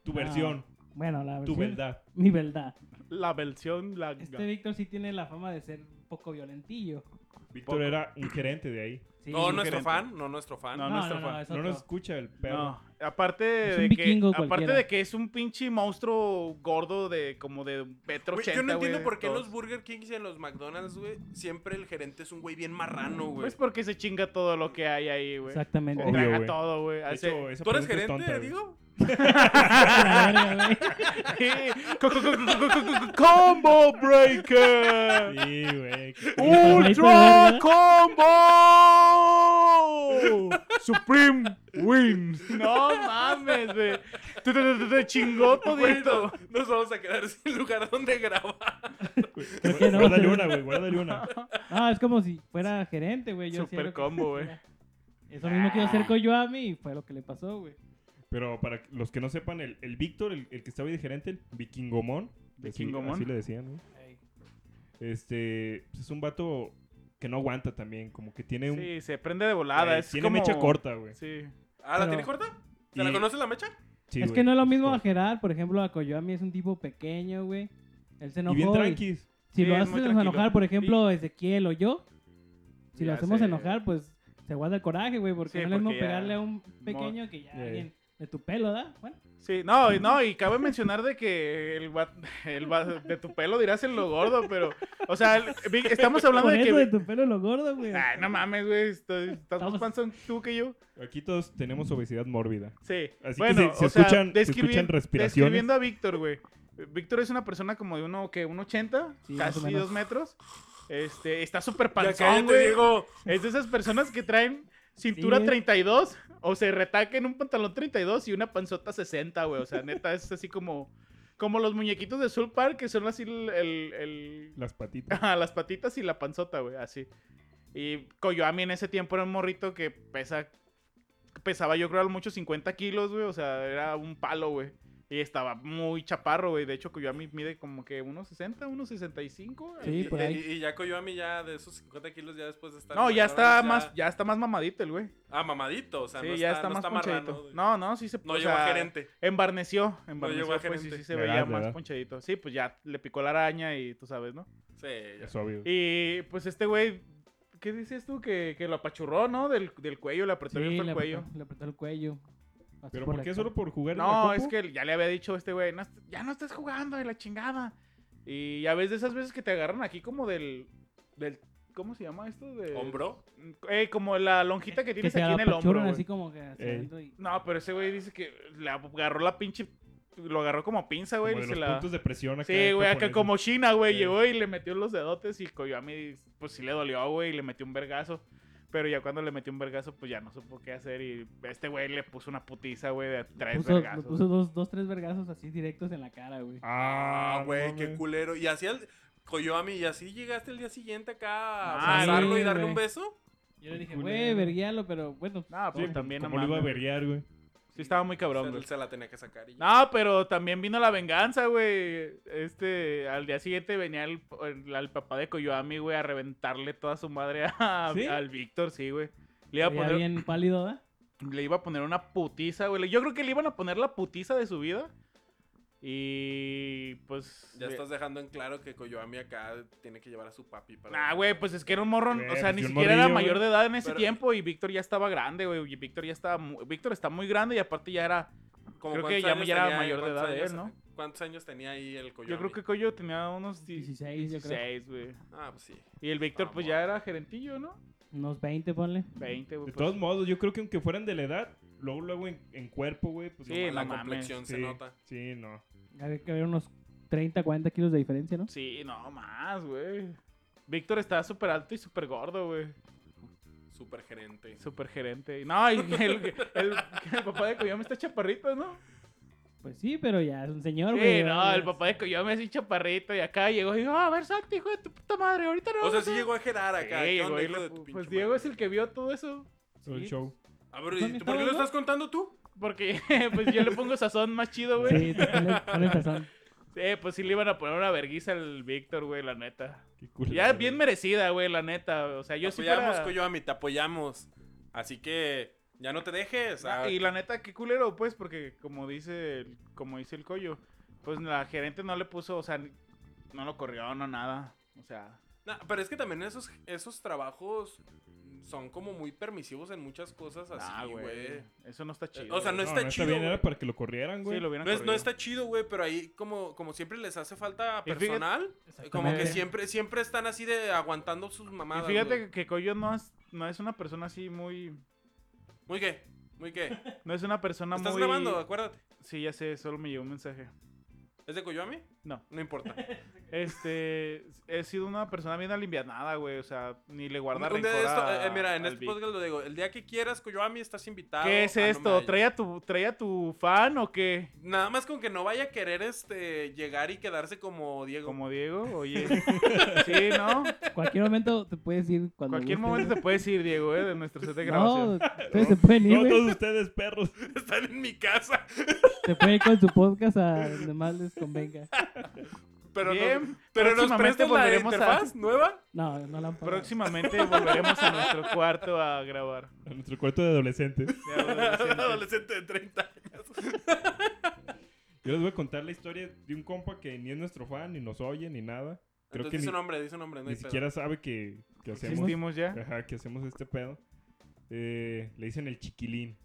Tu Ah, pues versión, Bueno, la tu versión. verdad. Mi verdad. La versión, la... Este Víctor sí tiene la fama de ser un poco violentillo. Víctor era un gerente de ahí. Sí, Sí, no, un nuestro gerente. fan, no nuestro fan. No, No, no, nuestro no, fan. es No otro. nos escucha el perro. No, aparte Es de un que vikingo aparte cualquiera. de que es un pinche monstruo gordo de como de un metro Güey, yo no 80, entiendo güey, por qué en todo. los Burger Kings y en los McDonald's, güey, siempre el gerente es un güey bien marrano, güey. Pues porque se chinga todo lo que hay ahí, güey. Exactamente. Se <laughs> Obvio, traga güey. todo, güey. De Hace- <laughs> hecho, pues, esa ¿Tú eres pregunta es gerente, tonta, güey. digo? A la verga, güey. Co- co- co- co- co- co- co- ¡Combo Breaker! Sí, güey. qué ¡Ultra Combo! ¡Supreme Wins! No mames, güey. Te- te- te- te Chingó Güey, todito. no- nos vamos a quedar <laughs> sin lugar donde grabar. Guá- que no? Guárdale una, güey, guárdale una. No, Ah, es como si fuera gerente, güey. Yo hacía Super lo que combo, güey. Ah. quisiera. Eso mismo quiero hacer con Yoami y fue lo que le pasó, güey. Pero para los que no sepan, el, el Víctor, el, el que estaba ahí de gerente, el vikingomón. así- Vikingomón. Así, le decían, güey. Ey. Este, pues es un vato que no aguanta también, como que tiene un... Sí, se prende de eh, volada. Es tiene como... mecha corta, güey. Sí. ¿Ah, la Pero- tiene corta? ¿Te la Y- conoces la mecha? Sí, es güey, pues, que no es lo mismo a corta. Gerard, por ejemplo, a Koyoami es un tipo pequeño, güey. Él se enojó. Y bien y tranquis. si Sí, lo es haces muy tranquilo. enojar, por ejemplo, Ezequiel o yo, si lo Ya hacemos sé. enojar, pues se guarda el coraje, güey, Sí, porque no es lo mismo porque ya- pegarle a un Mo- pequeño que ya Ya, ya. alguien de tu pelo, ¿da? Bueno, Sí, no, y- no, y cabe mencionar de que el, va- el va- de tu pelo dirás en lo gordo, pero, o sea, el- vi- estamos hablando por de eso de que... Ah, tu pelo lo gordo, güey. Ay, no mames, güey, estoy- estás más Estamos- panzón tú que yo. Aquí todos tenemos obesidad mórbida. Sí, Así que bueno, si- si o sea, escuchan- si describi- escuchan respiraciones. Describiendo a Víctor, güey. Víctor es una persona como de uno, que Un 80, Sí, más o casi menos. dos metros. Este, está súper Ya panzón, te güey. digo. Es de esas personas que traen cintura Sí. 32 o se retacan un pantalón 32 y una panzota 60, güey. O sea, neta, es así como, como los muñequitos de Soul Park, que son así el, el- el- Las <laughs> patitas. ajá, las patitas y la panzota, güey, así. Y Koyoami en ese tiempo era un morrito que pesa, pesaba yo creo al mucho 50 kilos, güey. O sea, era un palo, güey. Y estaba muy chaparro, güey. De hecho, Koyoami mide como que 1,60, 1,65. Sí, Y, por y- ahí. y ya Koyoami ya de esos 50 kilos ya después de estar... No, en ya está, McDonald's, más, ya está más mamadito el güey. Ah, mamadito, o sea, Sí, no ya está, está, no más está ponchadito. marrano. No, no, no, sí se no o llegó a sea, gerente. Embarneció, embarneció, llegó a pues, sí, gerente. sí se Le veía das, le más das. ponchadito. Sí, pues ya le picó la araña y tú sabes, ¿no? Sí, ya. Es obvio. Y pues este güey, ¿qué dices tú? Que, que lo apachurró, ¿no? Del, del cuello, le apretó Sí, bien el le cuello. apretó, le apretó el cuello. Así Pero por ¿por la qué cara. solo por jugar en la No, compu? es que ya le había dicho este güey, "No est- ya no estás jugando y la chingada. Y ya ves de esas veces que te agarran aquí como del, del ¿cómo se llama esto? De, ¿Hombro? Eh, como la lonjita que tienes se aquí en el hombro. apachurran güey. así como que hacia Ey. adentro y- No, pero ese güey dice que le agarró la pinche. Lo agarró como pinza, Como güey. de y se los la- puntos de presión acá. Sí, güey, acá japoneses. como China, güey. Sí. Llegó y le metió los dedotes y Koyami, pues sí le dolió, güey, y le metió un vergazo. Pero ya cuando le metió un vergazo, pues ya no supo qué hacer. Y este güey le puso una putiza, güey, de tres puso, le vergazos. puso dos, dos, tres vergazos así directos en la cara, güey. Ah, Ah, güey, no qué mames. culero. Y así al... Koyoami, ¿y así llegaste el día siguiente acá a Ah, abrazarlo sí, y darle güey. un beso? Yo le dije, culero. güey, verguéalo, pero bueno. No, pues Sí, también, no Como lo iba a mames. averiar, güey. Sí, estaba muy Se- cabrón, güey. se, la tenía que sacar y ya. No, pero también vino la venganza, güey. Este, al día siguiente venía el, el- al papá de Koyoami, güey, a reventarle toda su madre a- ¿Sí? al Víctor, sí, güey. Le iba Ya a poner, bien pálido, ¿da? le iba a poner una putiza, güey. Yo creo que le iban a poner la putiza de su vida. Y pues. Ya güey, estás dejando en claro que Koyoami acá tiene que llevar a su papi para... Nah, güey, pues es que era un morro, Güey, o sea, pues ni y un siquiera era morrillo, mayor de güey. edad en ese Pero- tiempo y Víctor ya estaba grande, güey, y Víctor ya estaba, mu- Víctor está muy grande y aparte ya era, Como creo que cuántos ya- años ya era tenía ahí, mayor de cuántos edad él, años- ¿no? ¿Cuántos años tenía ahí el Koyoami? yo creo que Coyo tenía unos 16, yo creo. 16, güey. Ah, pues sí. Y el Víctor, pues ya era gerentillo, ¿no? Unos 20, ponle. 20, güey. De pues. todos modos, yo creo que aunque fueran de la edad, luego, luego en, en cuerpo, güey, pues Sí, no la no mames. complexión se Sí, nota. Sí, no. Había que haber unos 30, 40 kilos de diferencia, ¿no? Sí, no más, güey. Víctor estaba súper alto y súper gordo, güey. Super gerente. Súper gerente. No, y <laughs> el, el- el- el papá de Coyote está chaparrito, ¿no? Pues sí, pero ya es un señor, güey. Sí, no, ya- el papá de Coyote así chaparrito y acá llegó y dijo, "Ah, a ver, salte, hijo de tu puta madre, ahorita no. O sea, vamos sí a-". llegó a Gerar Sí, acá. ¿qué llegó onda, y hijo le- de tu Pues pinche Diego madre? es el que vio todo eso. Todo el Sí. show. pues. A ver, ¿y ¿Dónde tú por qué lo estabas, no? estás contando tú? Porque <laughs> pues yo le pongo sazón más chido, güey. Sí, ponle- ponle tazón. Sí, pues sí le iban a poner una verguiza al Víctor, güey, la neta. Qué culero, Ya güey. bien merecida, güey, la neta. O sea, yo sí apoyamos, fuera- Coyoami, te apoyamos. Así que ya no te dejes. Ah, ah, y la neta, qué culero, pues, porque como dice el, como dice el collo, pues la gerente no le puso, o sea, ni- no lo corrió, no nada. O sea, nah, pero es que también esos, esos trabajos son como muy permisivos en muchas cosas así, Ah, güey. Eh, güey. Eso no está chido. o sea, no güey. No, está no chido, bien, güey. era para que lo corrieran, güey. Sí, lo hubieran No, es- no corrido. está chido, güey, pero ahí como, como siempre les hace falta Y fíjate- personal. Como que Exactamente. siempre, siempre están así de aguantando sus mamadas. Y fíjate güey. que- que Coyo no es, no es una persona así muy. Muy qué, muy qué. No es una persona Estás muy. grabando, acuérdate. Sí, ya sé, solo me llegó un mensaje. ¿Es de Coyoami? No. No importa. Este. He sido una persona bien alivianada, güey. O sea, ni le Un, guarda un día de rencor esto, a- eh, mira, en al este Vic. podcast lo digo. El día que quieras, Coyoami, estás invitado. ¿Qué es a No esto? Me ¿Trae a, tu, ¿Trae a tu fan o qué? Hallo. Nada más con que no vaya a querer este llegar y quedarse como Diego. Como Diego, oye. Sí, ¿no? Cualquier momento te puedes ir cuando. Cualquier gustes, momento te güey. puedes ir, Diego, ¿eh? De nuestro set de No, grabación. ustedes se pueden ir, No, güey. todos ustedes, perros. <laughs> <laughs> Están en mi casa. Se pueden ir con su podcast a donde más les convenga. Pero, Bien, nos, pero nos próximamente prestas la volveremos a- interfaz nueva. No, no la han pagado. Próximamente volveremos a nuestro cuarto a grabar. A nuestro cuarto de adolescentes. De adolescentes. adolescente de 30 años. Yo les voy a contar la historia de un compa que ni es nuestro fan, ni nos oye, ni nada. Creo Entonces que dice ni, un nombre, dice un nombre. No ni hay pedo. siquiera sabe que, que hacemos, Existimos ya. ajá, que hacemos este pedo. Eh, le dicen el chiquilín.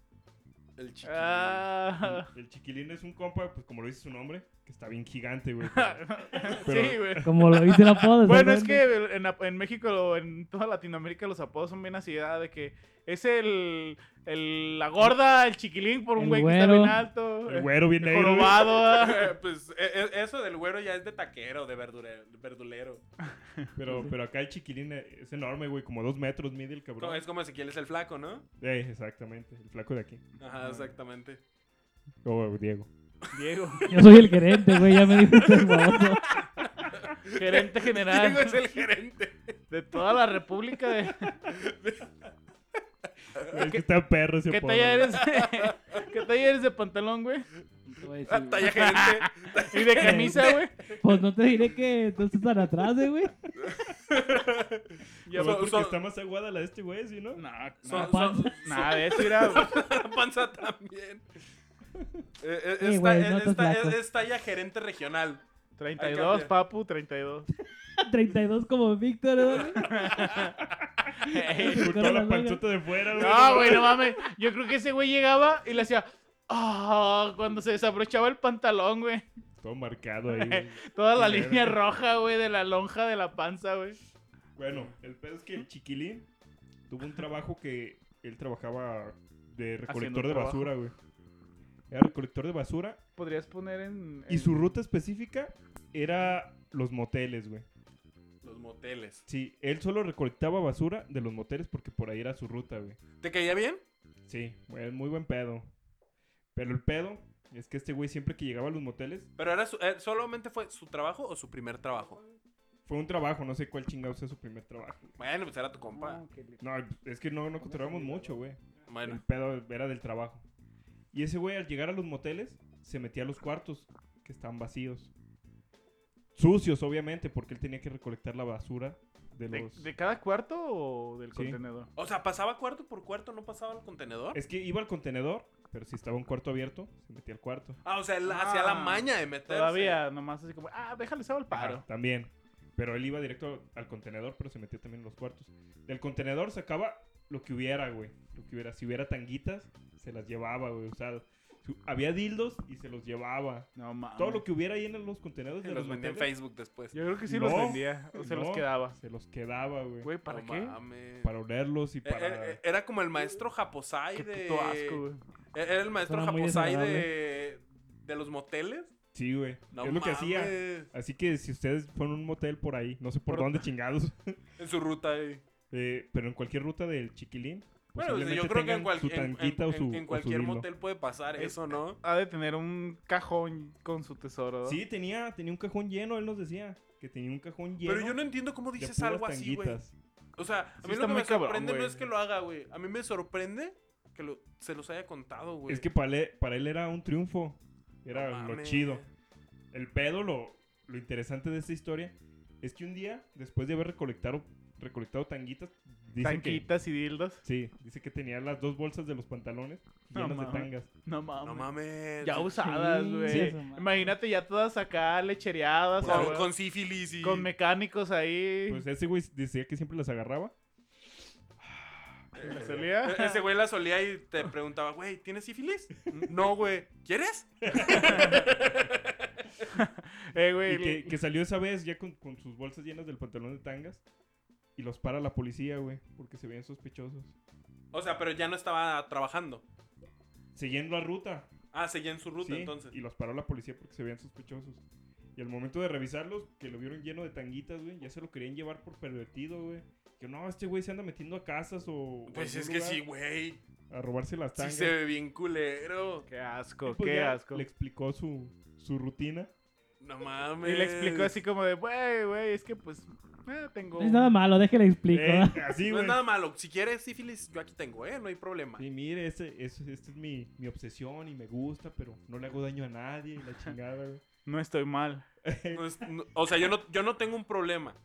El chiquilín. Ah. El chiquilín es un compa, pues como lo dice su nombre, que está bien gigante, güey. sí, Pero- güey. Como lo dice el apodo. Bueno, es exactamente. que en, en México, o en toda Latinoamérica, los apodos son bien así, ¿verdad? de que es el, el- la gorda, el chiquilín por un El güey que está güero. bien alto, El el güero bien negro. güey. jorobado. ah. ¿verdad? Eh, pues e- e- eso del güero ya es de taquero, de verdure- verdulero. Pero, pero acá el chiquilín e, es enorme, güey, como dos metros mide el Co- cabrón. Es como Ezequiel es el flaco, ¿no? Eh, exactamente, el flaco de aquí. Ajá, exactamente. O Diego. Diego, Yo soy el gerente, güey. Ya me este dijiste el baboso. gerente <laughs> Diego es general el gerente. de toda la República. De... Es que está perro ese ¿Qué apodo, talla güey. eres? ¿Qué talla eres <laughs> de pantalón, güey? Te voy a decir, güey. Talla gerente. Y de camisa, güey. Pues no te diré que tú estás tan atrás, eh, güey. Ya Pues Son- porque son- está más aguada la de este güey, ¿sí, no? No, Son- no, pan- son- nada de eso <laughs> era. <laughs> La panza <laughs> también. Eh, eh, Sí, es, güey, ta- no es- estás es ta- flaco. es talla gerente regional. 32, Hay que cambiar. papu, 32. <laughs> 32 como Víctor, eh, güey. Con toda la panzota de fuera, güey. No, Ah, güey, no mames. Yo creo que ese güey llegaba y le hacía. "Ah", cuando se desabrochaba el pantalón, güey. Todo marcado ahí, güey. Toda la Sí, línea güey. roja, güey, de la lonja de la panza, güey. Bueno, el pedo es que el chiquilín tuvo un trabajo que él trabajaba de Haciendo recolector de trabajo. basura, güey. Era recolector de basura Podrías poner en. y en- su ruta específica era los moteles, güey. Los moteles. Sí, él solo recolectaba basura de los moteles porque por ahí era su ruta, güey. ¿Te caía bien? Sí, güey, es muy buen pedo. Pero el pedo es que este güey siempre que llegaba a los moteles Pero era su- eh, solamente fue su trabajo o su primer trabajo. fue un trabajo, no sé cuál chingado sea su primer trabajo. Bueno, pues era tu Ah, compa. No, es que no, no controlamos mucho, güey. El Bueno, pedo era del trabajo. Y ese güey al llegar a los moteles se metía a los cuartos que estaban vacíos. Sucios, obviamente, porque él tenía que recolectar la basura de ¿De, los... de cada cuarto o del Sí. contenedor? o sea, pasaba cuarto por cuarto, no pasaba al contenedor. Es que iba al contenedor, pero si estaba un cuarto abierto, se metía al cuarto. Ah, o sea, él hacía la Ah, maña de meterse. Todavía, nomás así como, ah, déjales hago el paro. Ajá, también. Pero él iba directo al contenedor, pero se metía también en los cuartos. Del contenedor sacaba lo que hubiera, güey. Lo que hubiera. Si hubiera tanguitas, se las llevaba, güey, usadas. Si había dildos y se los llevaba. No mames. Todo lo que hubiera ahí en los contenedores Y de los los vendía en moteles, Facebook después. Yo creo que sí No. los vendía. O se No. los quedaba. Se los quedaba, güey. Güey, ¿para No qué? mames. Para olerlos y Eh, para... eh, eh, Era como el maestro Japosai Qué de. puto asco, güey. Eh, Era el maestro Suena muy Japosai de. De los moteles. Sí, güey. No es lo que hacía. mames. Así que si ustedes fueron a un motel por ahí, no sé por Por- dónde chingados, En su ruta ahí. eh, pero en cualquier ruta del chiquilín, Bueno, o sea, posiblemente yo creo que tengan en, cual- su en- en- tanguita o en- su- en o su cualquier dildo. motel puede pasar Es- eso, ¿no? Ha de tener un cajón con su tesoro. ¿no? Sí, tenía, tenía un cajón lleno, él nos decía. Que tenía un cajón lleno. Pero yo no entiendo cómo de dices puras algo así, güey. tanguitas. O sea, a Sí mí está lo que muy me cabrón, sorprende no güey. es que lo haga, güey. A mí me sorprende que lo- se los haya contado, güey. Es que para él, para él era un triunfo. Era No lo mames. chido. El pedo, lo, lo interesante de esta historia, es que un día, después de haber recolectado, recolectado tanguitas, dice que, Tanquitas y dildos. sí, dice que tenía las dos bolsas de los pantalones No llenas de mames. tangas. No mames. No mames. Ya Sí, usadas, güey. Sí. Imagínate ya todas acá lechereadas. Con, güey, Pues, con sífilis y. con mecánicos ahí. Pues ese güey decía que siempre las agarraba. ¿La solía? E- Ese güey la solía y te preguntaba, güey, ¿tienes sífilis? No, güey. ¿Quieres? Eh, güey. Y que, que salió esa vez ya con, con sus bolsas llenas del pantalón de tangas. Y los para la policía, güey, porque se veían sospechosos. O sea, pero ya no estaba trabajando. Siguiendo la ruta. Ah, seguía en su ruta sí, entonces. Y los paró la policía porque se veían sospechosos. Y al momento de revisarlos, que lo vieron lleno de tanguitas, güey, ya se lo querían llevar por pervertido, güey. Que no, este güey se anda metiendo a casas o... o Pues algún es que lugar sí, güey. A robarse las Sí tangas. se ve bien culero. Qué asco, Y pues qué ya asco. Le explicó su, su rutina. No <laughs> mames. Y le explicó así como de, güey, güey, es que pues, eh, tengo... No es nada malo, déjale explico. Eh, ¿verdad? así, No güey. es nada malo. Si quieres sífilis, yo aquí tengo, ¿eh? No hay problema. Sí, mire, ese, ese- esta es mi, mi obsesión y me gusta, pero no le hago daño a nadie y <laughs> la chingada, güey. No estoy mal. No es- no- o sea, yo no, yo no tengo un problema.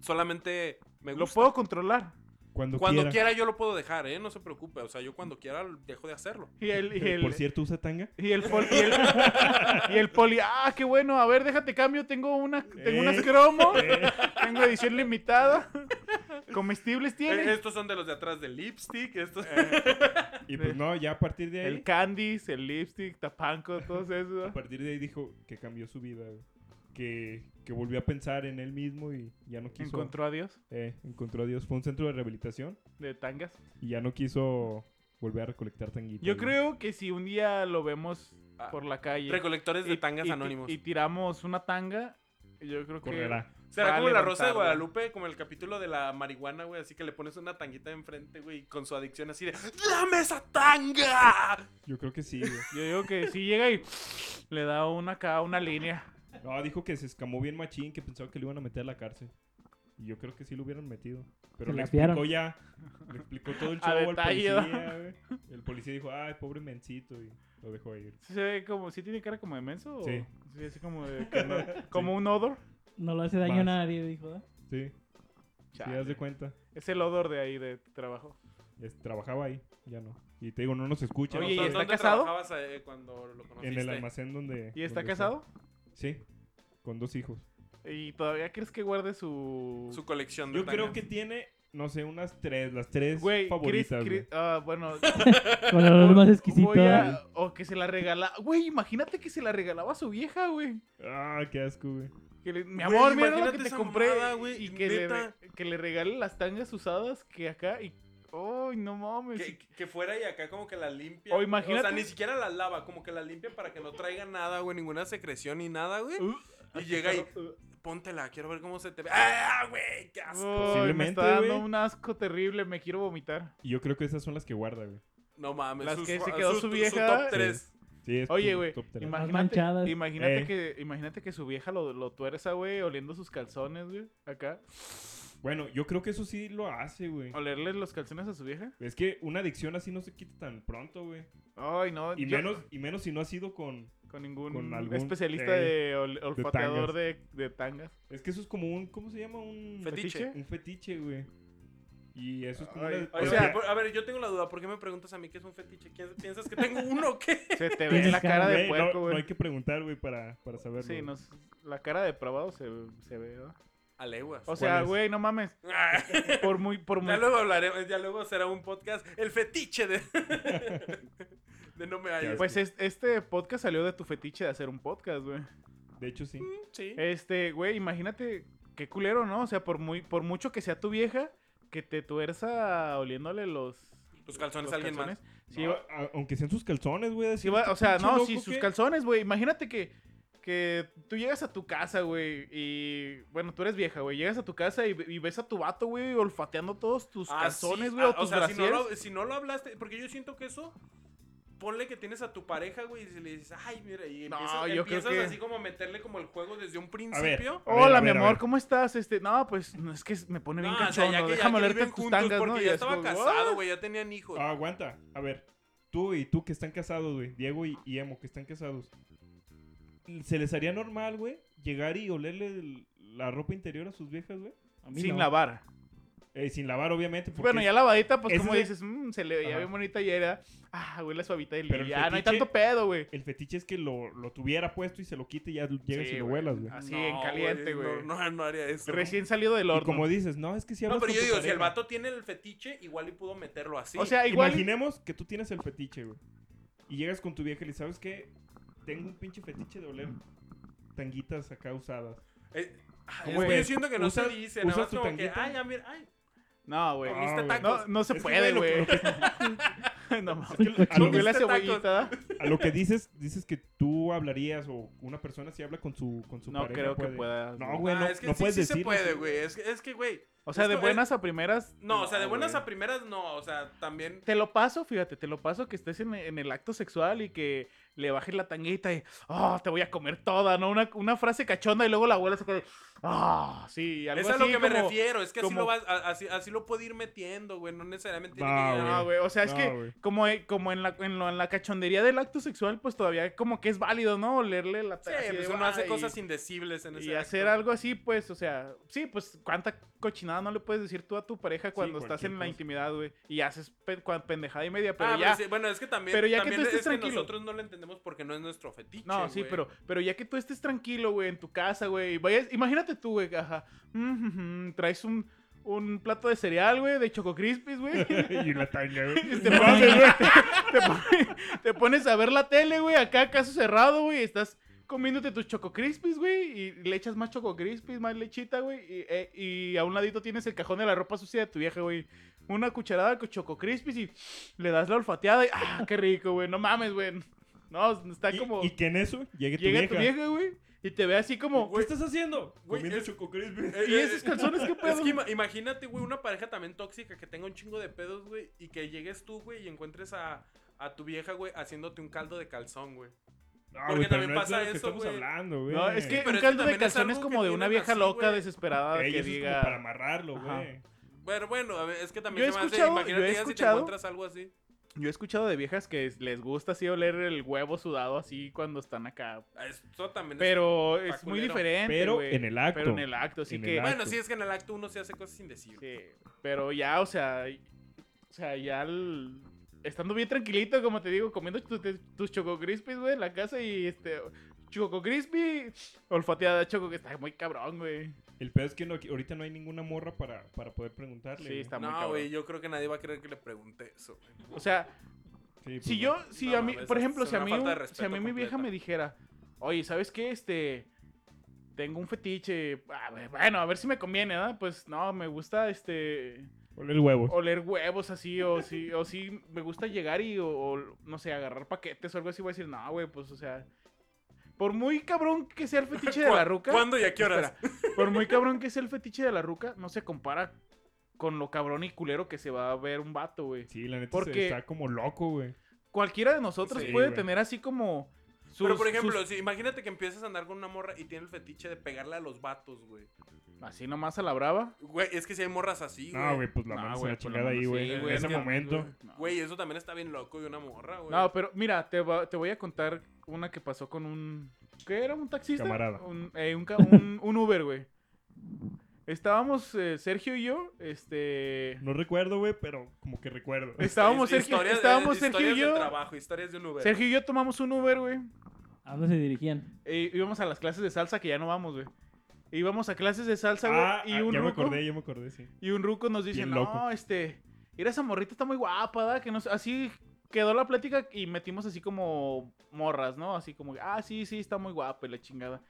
Solamente me Lo gusta. puedo controlar. Cuando, cuando quiera. quiera yo lo puedo dejar, ¿eh? No se preocupe. O sea, yo cuando quiera dejo de hacerlo. Y el, y Pero, el, Eh, Por cierto, usa tanga. y el poli, y el, <laughs> y el poli, ah, qué bueno, a ver, déjate cambio, tengo una, tengo unas Eh. cromos, tengo edición limitada, comestibles Eh, tienes, estos son de los de atrás del lipstick. Estos... Eh, <laughs> Y <laughs> pues no, ya a partir de ahí. el candies, el lipstick, tapanco, todo A eso, partir de ahí dijo que cambió su vida, güey. que, que volvió a pensar en él mismo y ya no quiso. encontró a Dios, eh, encontró a Dios. Fue a un centro de rehabilitación de tangas. y ya no quiso volver a recolectar tanguitas. Yo güey. creo que si un día lo vemos Ah, por la calle Recolectores de y- tangas y- anónimos. y tiramos una tanga, yo creo que... Correrá. Será va a como la Rosa de levantarla. Guadalupe, como el capítulo de la marihuana, güey. Así que le pones una tanguita enfrente, güey, con su adicción así de ¡Dame esa tanga! Yo creo que sí, güey. Yo digo que si llega y le da una acá, una línea. No, dijo que se escamó bien machín, que pensaba que lo iban a meter a la cárcel. Y yo creo que sí lo hubieran metido. Pero Se le la explicó fiaron. ya. Le explicó todo el <laughs> A show al detalle, policía, güey. El policía dijo, ay, pobre mencito, y lo dejó ir. Sí se ve como, sí tiene cara como de menso. o- Sí. Sí, así como de, que no- como un odor. No lo hace daño a Vas. nadie, dijo. ¿eh? Sí, sí, Chale. haz de cuenta. Es el odor de ahí de tu trabajo. Es- trabajaba ahí, ya no. Y te digo, no nos escucha. Oye, ¿y ¿no? está ¿Dónde casado? trabajabas eh, cuando lo conociste? En el almacén donde... ¿Y está donde casado? fue. Sí, con dos hijos. ¿Y todavía crees que guarde su. Su colección de Yo creo tangas. que tiene, no sé, unas tres, las tres Güey, Chris, favoritas. Chris- güey. ah, bueno, Con el olor más exquisito. voy a- o que se la regala, güey, imagínate que se la regalaba a su vieja, güey. Ah, qué asco, güey. Que le- mi Güey, amor, mira lo imagínate que te esa compré mamada, güey, y que le, neta. re- que le regale las tangas usadas que acá y, ay, no mames. Que, que fuera y acá como que la limpia. O güey. imagínate- sea, ni siquiera la lava, como que la limpia para que no traiga nada, güey, ninguna secreción ni nada, güey. Uh, Y llega y uh. póntela, quiero ver cómo se te ve. ¡Ah, güey! ¡Qué asco! Ay, me Posiblemente, está dando güey. un asco terrible, me quiero vomitar. Y yo creo que esas son las que guarda, güey. No mames. Las sus- que se quedó su vieja. top 3. Sí, es Oye, tu güey, top tres. manchadas. imagínate, imagínate Eh. que imagínate que su vieja lo, lo tuerza, güey, oliendo sus calzones, güey, acá. Bueno, yo creo que eso sí lo hace, güey. Olerle los calzones a su vieja. Es que una adicción así no se quita tan pronto, güey. Ay, no, Y yo- menos, y menos si no ha sido con... con ningún con algún- especialista eh, de ol- olfateador de, de tangas. Es que eso es como un... ¿Cómo se llama? Un... Fetiche. Un fetiche, güey. Y eso es como Ay, una... o O porque- sea, por- a ver, yo tengo la duda. ¿Por qué me preguntas a mí qué es un fetiche? ¿Qué- ¿Piensas que tengo uno <laughs> o qué? <laughs> Se te ve Tienes la cara, cara Güey, de no, puerco, no güey. hay que preguntar, güey, para, para saberlo. Sí, güey. no, s- la cara de depravado se, se ve, ¿verdad? A leguas. O sea, es? güey, no <laughs> mames. Por muy, por muy. ya luego hablaremos, ya luego será un podcast. El fetiche de. de no me halles. Pues es- este podcast salió de tu fetiche de hacer un podcast, güey. De hecho, sí. sí. Este, güey, imagínate qué culero, ¿no? O sea, por muy por mucho que sea tu vieja, que te tuerza oliéndole los Los Pues calzones a alguien más. calzones. Sí, No, va- a- aunque sean sus calzones, güey. sí decir, va- o sea, "Pinche no, loco, sí, sus ¿qué?". calzones, güey. Imagínate que, que tú llegas a tu casa, güey, y bueno, tú eres vieja, güey. Llegas a tu casa y, y ves a tu vato, güey, olfateando todos tus Ah, calzones, sí. güey, Ah, o tus sea, si no, brasieres. lo, si no lo hablaste, porque yo siento que eso. Ponle que tienes a tu pareja, güey, y si le dices, ay, mira, y No, empiezas, yo creo empiezas que- así como a meterle como el juego desde un A ver, principio. a ver, Hola, a ver, mi a amor, ver. ¿cómo estás? Este, no, pues no, es que me pone bien No, o sea, cachondo. ya que, Déjame ya que olerte viven tus juntos tangas, porque ¿no? Y ya es estaba como, casado, "What?". güey, ya tenían Pues, hijos. Ah, aguanta. A ver, tú y tú que están casados, güey. Diego y, y Emo que están casados. ¿Se les haría normal, güey, llegar y olerle el- la ropa interior a sus viejas, güey? A mí Sin no. lavar. Eh, sin lavar, obviamente. porque Bueno, es- ya lavadita, pues ese como es el- dices, "Mm, se le veía Ajá. bien bonita y era. Ah, güey, la suavita del Pero el Ya, no hay fetiche- tanto pedo, güey. El fetiche es que lo, lo tuviera puesto y se lo quite y ya llegas Sí, y lo güey. Ah, huelas, güey. Así, en caliente, güey. No, no, no haría eso. Recién salido del Y horno. como dices, no, es que si No, hablas pero con yo tu digo, si el pareja- vato tiene el fetiche, igual y pudo meterlo así. O sea, igual. Imaginemos que tú tienes el fetiche, güey. Y llegas con tu vieja y le dices, sabes que tengo un pinche fetiche de oler tanguitas acá usadas. Eh, ah, es Güey, que yo siento que no usas- se dice, nada usas más tu como que, tanguita. ay, ya mira, ay, No, güey. Ah, comiste güey. tacos. No, no se Es que, puede, güey, lo- güey. <laughs> No Es mames. <laughs> que a, lo Huele que, la comiste tacos. cebollita. a lo que dices, dices que tú hablarías o una persona si habla con su, con su No pareja. creo que puede. pueda. No, güey, Ah, no, es que no sí, puedes sí decir. se puede, güey. Es que, es que, güey. O sea, de Esto es- buenas a primeras. No, o sea, de buenas güey. a primeras, no. O sea, también. Te lo paso, fíjate, te lo paso que estés en, en el acto sexual y que le bajes la tanguita y, oh, te voy a comer toda, ¿no? Una, una frase cachonda y luego la abuela saca de, ah, sí, algo Es a así lo que me como- refiero. Es que así como- lo, vas, a- así, así lo puede ir metiendo, güey. No necesariamente tiene Va, que No, güey. güey, o sea, es No, que güey. como, eh, como en, la, en, lo- en la cachondería del acto sexual, pues todavía como que es válido, ¿no? Leerle la Sí, tanguita. pues uno hace cosas indecibles en ese Y hacer acto. algo así, pues, o sea, sí, pues, cuánta cochinada no le puedes decir tú a tu pareja cuando estás cualquier en la cosa. intimidad, güey. Y haces pe- cua- pendejada y media, pero Ah, ya. pero sí, bueno, es que también. pero ya que también tú estés es que tranquilo. nosotros no lo entendemos porque no es nuestro fetiche. No, sí, güey. pero, pero ya que tú estés tranquilo, güey, en tu casa, güey, y vayas, imagínate tú, güey, ajá, mm, mm, mm, traes un, un plato de cereal, güey, de Choco Crispies, güey, y la tanga, güey. <laughs> te, pones, te pon- te pones a ver la tele, güey, acá caso cerrado, güey, estás comiéndote tus Choco Crispies, güey, y le echas más Choco Crispies, más lechita, güey, y, eh, y a un ladito tienes el cajón de la ropa sucia de tu vieja, güey. Una cucharada con Choco Crispies y le das la olfateada y ¡ah, qué rico, güey! No mames, güey. No, está Y- como... Y, que en eso llegue tu Llega vieja. tu vieja, güey, y te ve así como... ¿Qué estás haciendo? Güey, Comiendo es- Choco Crispy. Eh, ¿Y eh, esos calzones qué pedo? Es que ima- imagínate, güey, una pareja también tóxica que tenga un chingo de pedos, güey, y que llegues tú, güey, y encuentres a, a tu vieja, güey, haciéndote un caldo de calzón, güey. No, porque güey, pero también no es de pasa lo que eso, estamos güey. hablando, güey. No, es que Pero un es que caldo de también es calzón es algo como que de una tienen vieja así, loca güey. desesperada Ey, que eso es como para diga... amarrarlo, Ajá. güey. Pero bueno, a ver, es que Yo también he se me hace, escuchado- yo he imagínate ya si te escuchado- encuentras algo así. Yo he escuchado de viejas que es- les gusta así oler el huevo sudado así cuando están acá. Eso también es- Pero es Está muy culero. diferente, Pero güey. en el acto. Pero en el acto, así En el que... acto. Bueno, sí, es que en el acto uno se hace cosas indecibles. Sí, pero ya, o sea... y- O sea, ya el- Estando bien tranquilito, como te digo, comiendo tu- te- tus Choco Crispies, güey, en la casa y este... Choco Crispy, olfateada Choco, que está muy cabrón, güey. El pedo es que no- ahorita no hay ninguna morra para, para poder preguntarle. Sí, güey. está muy No, cabrón. güey, yo creo que nadie va a creer que le pregunte eso, güey. O sea, Sí, pues, Si no. yo, si No a mí, mames, por es ejemplo, si a una mí, falta de un- si a respeto mí mi vieja completa. me dijera, oye, ¿sabes qué? Este, tengo un fetiche, a ver, bueno, a ver si me conviene, ¿verdad? Pues no, me gusta, este, Ponle el huevo. oler huevos así, o si, o si me gusta llegar y, o, o, no sé, agarrar paquetes o algo así, voy a decir, no, güey, pues, o sea, por muy cabrón que sea el fetiche de la ¿Cuá- ruca. ¿Cuándo y a qué horas? Espera, por muy cabrón que sea el fetiche de la ruca, no se compara con lo cabrón y culero que se va a ver un vato, güey. Sí, la neta Porque- se- está como loco, güey. cualquiera de nosotros Sí, puede güey. tener así como sus, Pero, por ejemplo, sus- si, imagínate que empiezas a andar con una morra y tiene el fetiche de pegarle a los vatos, güey. así nomás a la brava. Güey, es que si hay morras así, güey. No, güey, pues la No, mandas a güey, la pues la chingada ahí, mandas, güey. sí, en güey, ese es que- momento. No. Güey, eso también está bien loco de una morra, güey. No, pero mira, te, va- te voy a contar una que pasó con un ¿qué era un taxista? Camarada. Un eh, un, ca- un- un Uber, güey. Estábamos eh, Sergio y yo, este No recuerdo, güey, pero como que recuerdo. estábamos His- Sergio, Este, historias- estábamos eh, Sergio y historias de yo. trabajo, historias de un Uber. <laughs> Sergio y yo tomamos un Uber, güey. ¿A dónde se dirigían? e íbamos a las clases de salsa que ya no vamos, güey. Íbamos a clases de salsa, güey, Ah, y ah, un ya me ruco- acordé, ya me acordé, sí. Y un ruco nos dice, Bien no, loco. este, mira esa morrita está muy guapa, ¿da? que no sé". así quedó la plática y metimos así como morras, ¿no? Así como, ah, sí, sí, está muy guapa y la chingada.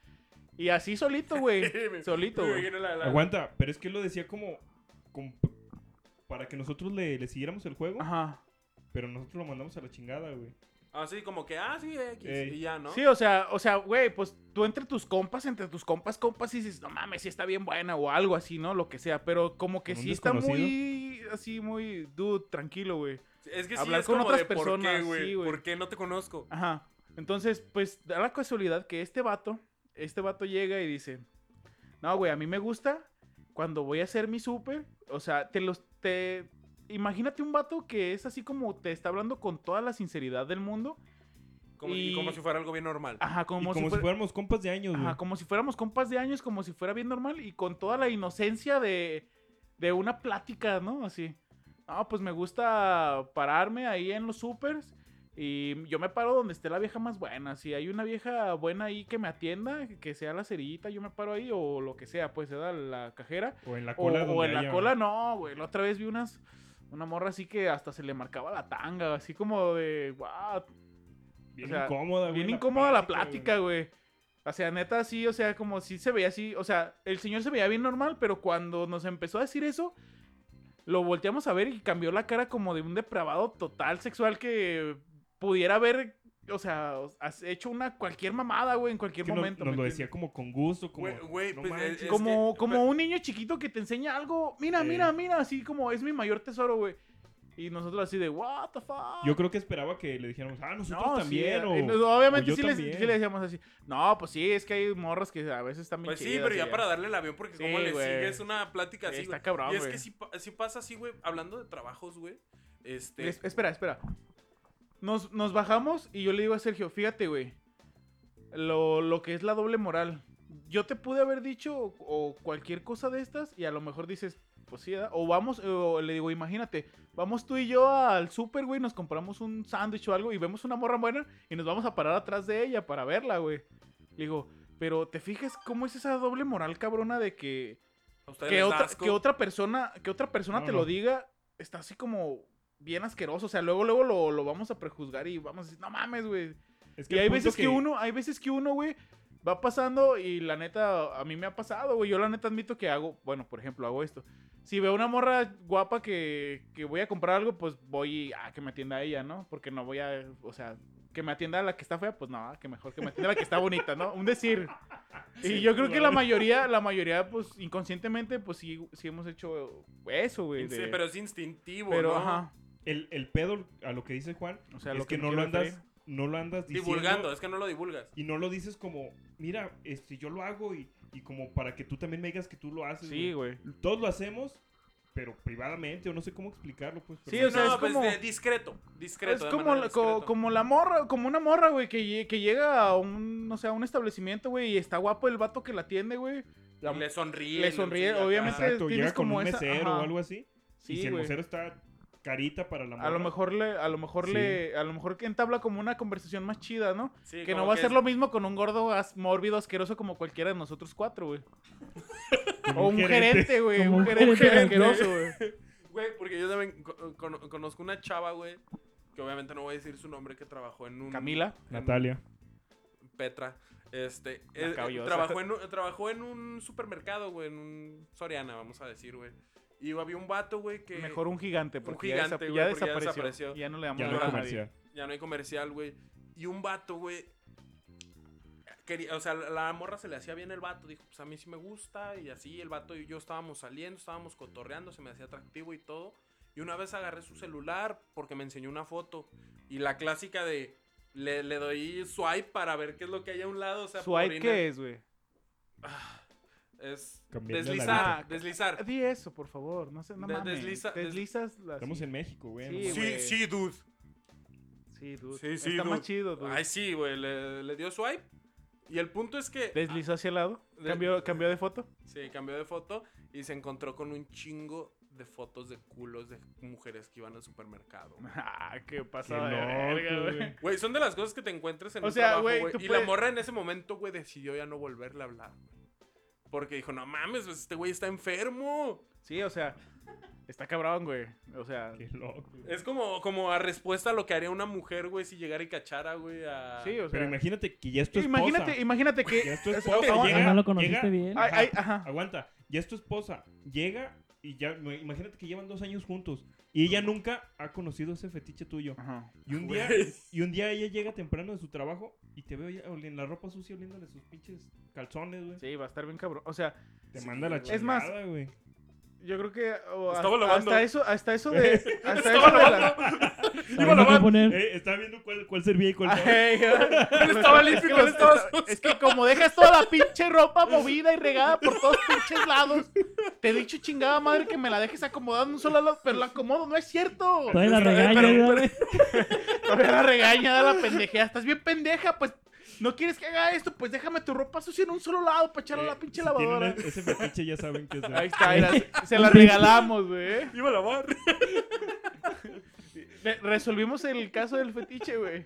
Y así solito, güey, <laughs> Me- solito, me güey. imagino la- la- Aguanta, pero es que él lo decía como, como p- para que nosotros le, le siguiéramos el juego, Ajá. pero nosotros lo mandamos a la chingada, güey. Así como que, ah, sí, X. Ey. Y ya, ¿no? Sí, o sea, o sea, güey, pues tú entre tus compas, entre tus compas, compas, y dices, no mames, sí está bien buena o algo así, ¿no? Lo que sea, pero como que ¿Con un sí está desconocido? muy, así, muy, dude, tranquilo, güey. Es que sí, Hablar es con como otras de por personas, qué, güey. sí, güey. ¿Por qué no te conozco? Ajá. Entonces, pues da la casualidad que este vato, este vato llega y dice, no, güey, a mí me gusta cuando voy a hacer mi súper, o sea, te los, te, imagínate un vato que es así como te está hablando con toda la sinceridad del mundo, Como, y... Y- Ah, como si fuera algo bien normal. ajá, Y como, como si, si, fuera- fuéramos compas de años, ajá, güey. como si fuéramos compas de años, como si fuera bien normal y con toda la inocencia de, de una plática, ¿no? Así. Ah, pues me gusta pararme ahí en los supers y yo me paro donde esté la vieja más buena. Si hay una vieja buena ahí que me atienda, que sea la cerillita, yo me paro ahí o lo que sea, pues sea la cajera. O en la O, cola. o donde en la haya- cola no, güey. La otra vez vi unas. Una morra así que hasta se le marcaba la tanga, así como de. ¡Wow! Bien o sea, incómoda, güey. Bien incómoda la plática, güey. O sea, neta, sí, o sea, como si se veía así. O sea, el señor se veía bien normal, pero cuando nos empezó a decir eso, lo volteamos a ver y cambió la cara como de un depravado total sexual que pudiera haber, o sea, has hecho una cualquier mamada, güey, en Es cualquier que nos- momento. nos, ¿me lo entiendes? decía como con gusto, como. Güey, güey, no pues, manches. es- Como, que- como un niño chiquito que te enseña algo. Mira, Sí. mira, mira, así como es mi mayor tesoro, güey. Y nosotros así de, what the fuck. Yo creo que esperaba que le dijéramos, ah, nosotros No, también. sí, o- eh, no, obviamente o yo sí, les, también. sí le decíamos así. No, pues sí, es que hay morras que a veces están bien Pues sí, chidas pero y ya para darle el avión, porque Sí, como le güey. sigues una plática Sí, así, está güey. cabrón, Y es güey. que si, pa- si pasa así, güey, hablando de trabajos, güey, este... Es- espera, espera. Nos, nos bajamos y yo le digo a Sergio, fíjate, güey, lo, lo que es la doble moral. Yo te pude haber dicho o, o cualquier cosa de estas y a lo mejor dices, pues sí, ¿verdad? o vamos, o le digo, imagínate, vamos tú y yo al super, güey, nos compramos un sándwich o algo y vemos una morra buena y nos vamos a parar atrás de ella para verla, güey. Le digo, pero te fijas cómo es esa doble moral cabrona de que... a ustedes que les da otra, asco. que otra persona, que otra persona No, te no. lo diga, está así como bien asqueroso. O sea, luego, luego lo, lo vamos a prejuzgar y vamos a decir, no mames, güey. Es Y el hay punto veces que... uno, hay veces que uno, güey, va pasando y la neta, a mí me ha pasado, güey. Yo la neta admito que hago, bueno, por ejemplo, hago esto. Si veo una morra guapa que, que voy a comprar algo, pues voy y, ah, que me atienda a ella, ¿no? Porque no voy a, o sea, que me atienda a la que está fea, pues no, que mejor que me atienda a la que está bonita, ¿no? Un decir. <laughs> Y yo creo que la mayoría, la mayoría, pues inconscientemente, pues sí, sí hemos hecho eso, güey. Sí, de- pero es instintivo, pero, ¿no? ajá. El, el pedo a lo que dice Juan O sea, es lo que, me no lo quiero andas. referir. No lo andas diciendo. Divulgando, es que no lo divulgas. Y no lo dices como, mira, este, yo lo hago y, y como para que tú también me digas que tú lo haces. Sí, güey. Todos lo hacemos, pero privadamente, o no sé cómo explicarlo, pues. pero Sí, no- o sea, no, es pues como- de- discreto, discreto. Es de como, manera la- co- discreto. como la morra, como una morra, güey, que, lle- que llega a un, no sé, a un establecimiento, güey, y está guapo el vato que la atiende, güey. La- le sonríe. le sonríe, obviamente. Exacto, tienes llega con como un esa- mesero ajá. o algo así. y si sí, el güey. mesero está carita para la A lo morra, mejor le, a lo mejor Sí. le, a lo mejor que entabla como una conversación más chida, ¿no? Sí, que no como va a que ser es- lo mismo con un gordo as- mórbido asqueroso como cualquiera de nosotros cuatro, güey. como O un gerente, güey, Como un un gerente gerente. asqueroso, güey. Güey, porque yo también co- cono- conozco una chava, güey, que obviamente no voy a decir su nombre, que trabajó en un... Camila. en- Natalia. Petra. Este, La eh, caballosa. trabajó, en, un- trabajó en un supermercado, güey, en un Soriana, vamos a decir, güey. Y había un vato, güey, que... Mejor un gigante, porque ya gigante, desa- güey, ya, porque ya desapareció, ya desapareció. no le damos Ya no no nada era a es nadie. comercial. Ya no hay comercial, güey. Y un vato, güey. quería- o sea, la la morra se le hacía bien el vato. Dijo, pues a mí sí me gusta. Y así, el vato y yo estábamos saliendo, estábamos cotorreando, se me hacía atractivo y todo. Y una vez agarré su celular porque me enseñó una foto. Y la clásica de. Le, le doy swipe para ver qué es lo que hay a un lado. O sea, ¿Su ay, por qué es, güey? ina- Es Cambiarle la deslizar, vista. deslizar. Di eso, por favor. No sé, no De- mames. desliza- des- Deslizas las. Estamos en México, güey. no Sí, mames. güey. dude. Sí, dude. Sí, sí, Está más dude. chido, dude. Ay, sí, güey. Le, le dio swipe. Y el punto es que. Deslizó hacia el lado. De- Cambió, cambió de foto. Sí, cambió de foto y se encontró con un chingo de fotos de culos de mujeres que iban al supermercado. güey. Ah, qué Qué pasada. de verga, loco, güey. güey. Güey, son de las cosas que te encuentras en O un sea, trabajo, güey, güey. tú Y la puedes- morra en ese momento, güey, decidió ya no volverle a hablar. güey. Porque dijo, no mames, pues, este güey está enfermo. Sí, o sea, está cabrón, güey. O sea, Qué loco. güey. Es como, como a respuesta a lo que haría una mujer, güey, si llegara y cachara, güey, a... sí, o sea. Pero imagínate que ya es tu esposa. imagínate, imagínate Ya que. es tu o- esposa. o- llega, Ah, no lo conociste llega- bien. Ay, ay, Ajá, ajá. Aguanta. Ya es tu esposa. Llega y ya. Imagínate que llevan dos años juntos. Y ella nunca ha conocido ese fetiche tuyo. Ajá. Y un día, y un día ella llega temprano de su trabajo y te veo ya oli- en la ropa sucia oliéndole sus pinches calzones, güey. Sí, va a estar bien cabrón. O sea, Te Sí, manda la güey. chingada, Es más, eh, güey. yo creo que. o Estaba hasta, lavando. hasta eso, hasta eso de. Hasta eso de la- Sabemos qué lavar. poner. Eh, está viendo cuál, cuál servía y cuál no. Eh, Ay, güey. estaba Es que limpio, los- no estaba esta- sucio. Es que como dejas toda la pinche ropa movida y regada por todos pinches lados, te he dicho chingada madre que me la dejes acomodada en un solo lado, pero la acomodo, no es cierto. eh, Todavía la Pero- regaña, pero- ¿verdad, güey? Todavía la regaña, da la pendejea. Estás bien pendeja, pues ¿No quieres que haga esto? Pues déjame tu ropa sucia en un solo lado para echarla a la Eh, pinche si tienen lavadora. e- Ese fetiche ya saben que es de- Ahí está, mira, se- se la regalamos, güey. ¿eh? Iba a lavar. Le- Resolvimos el caso del fetiche, güey.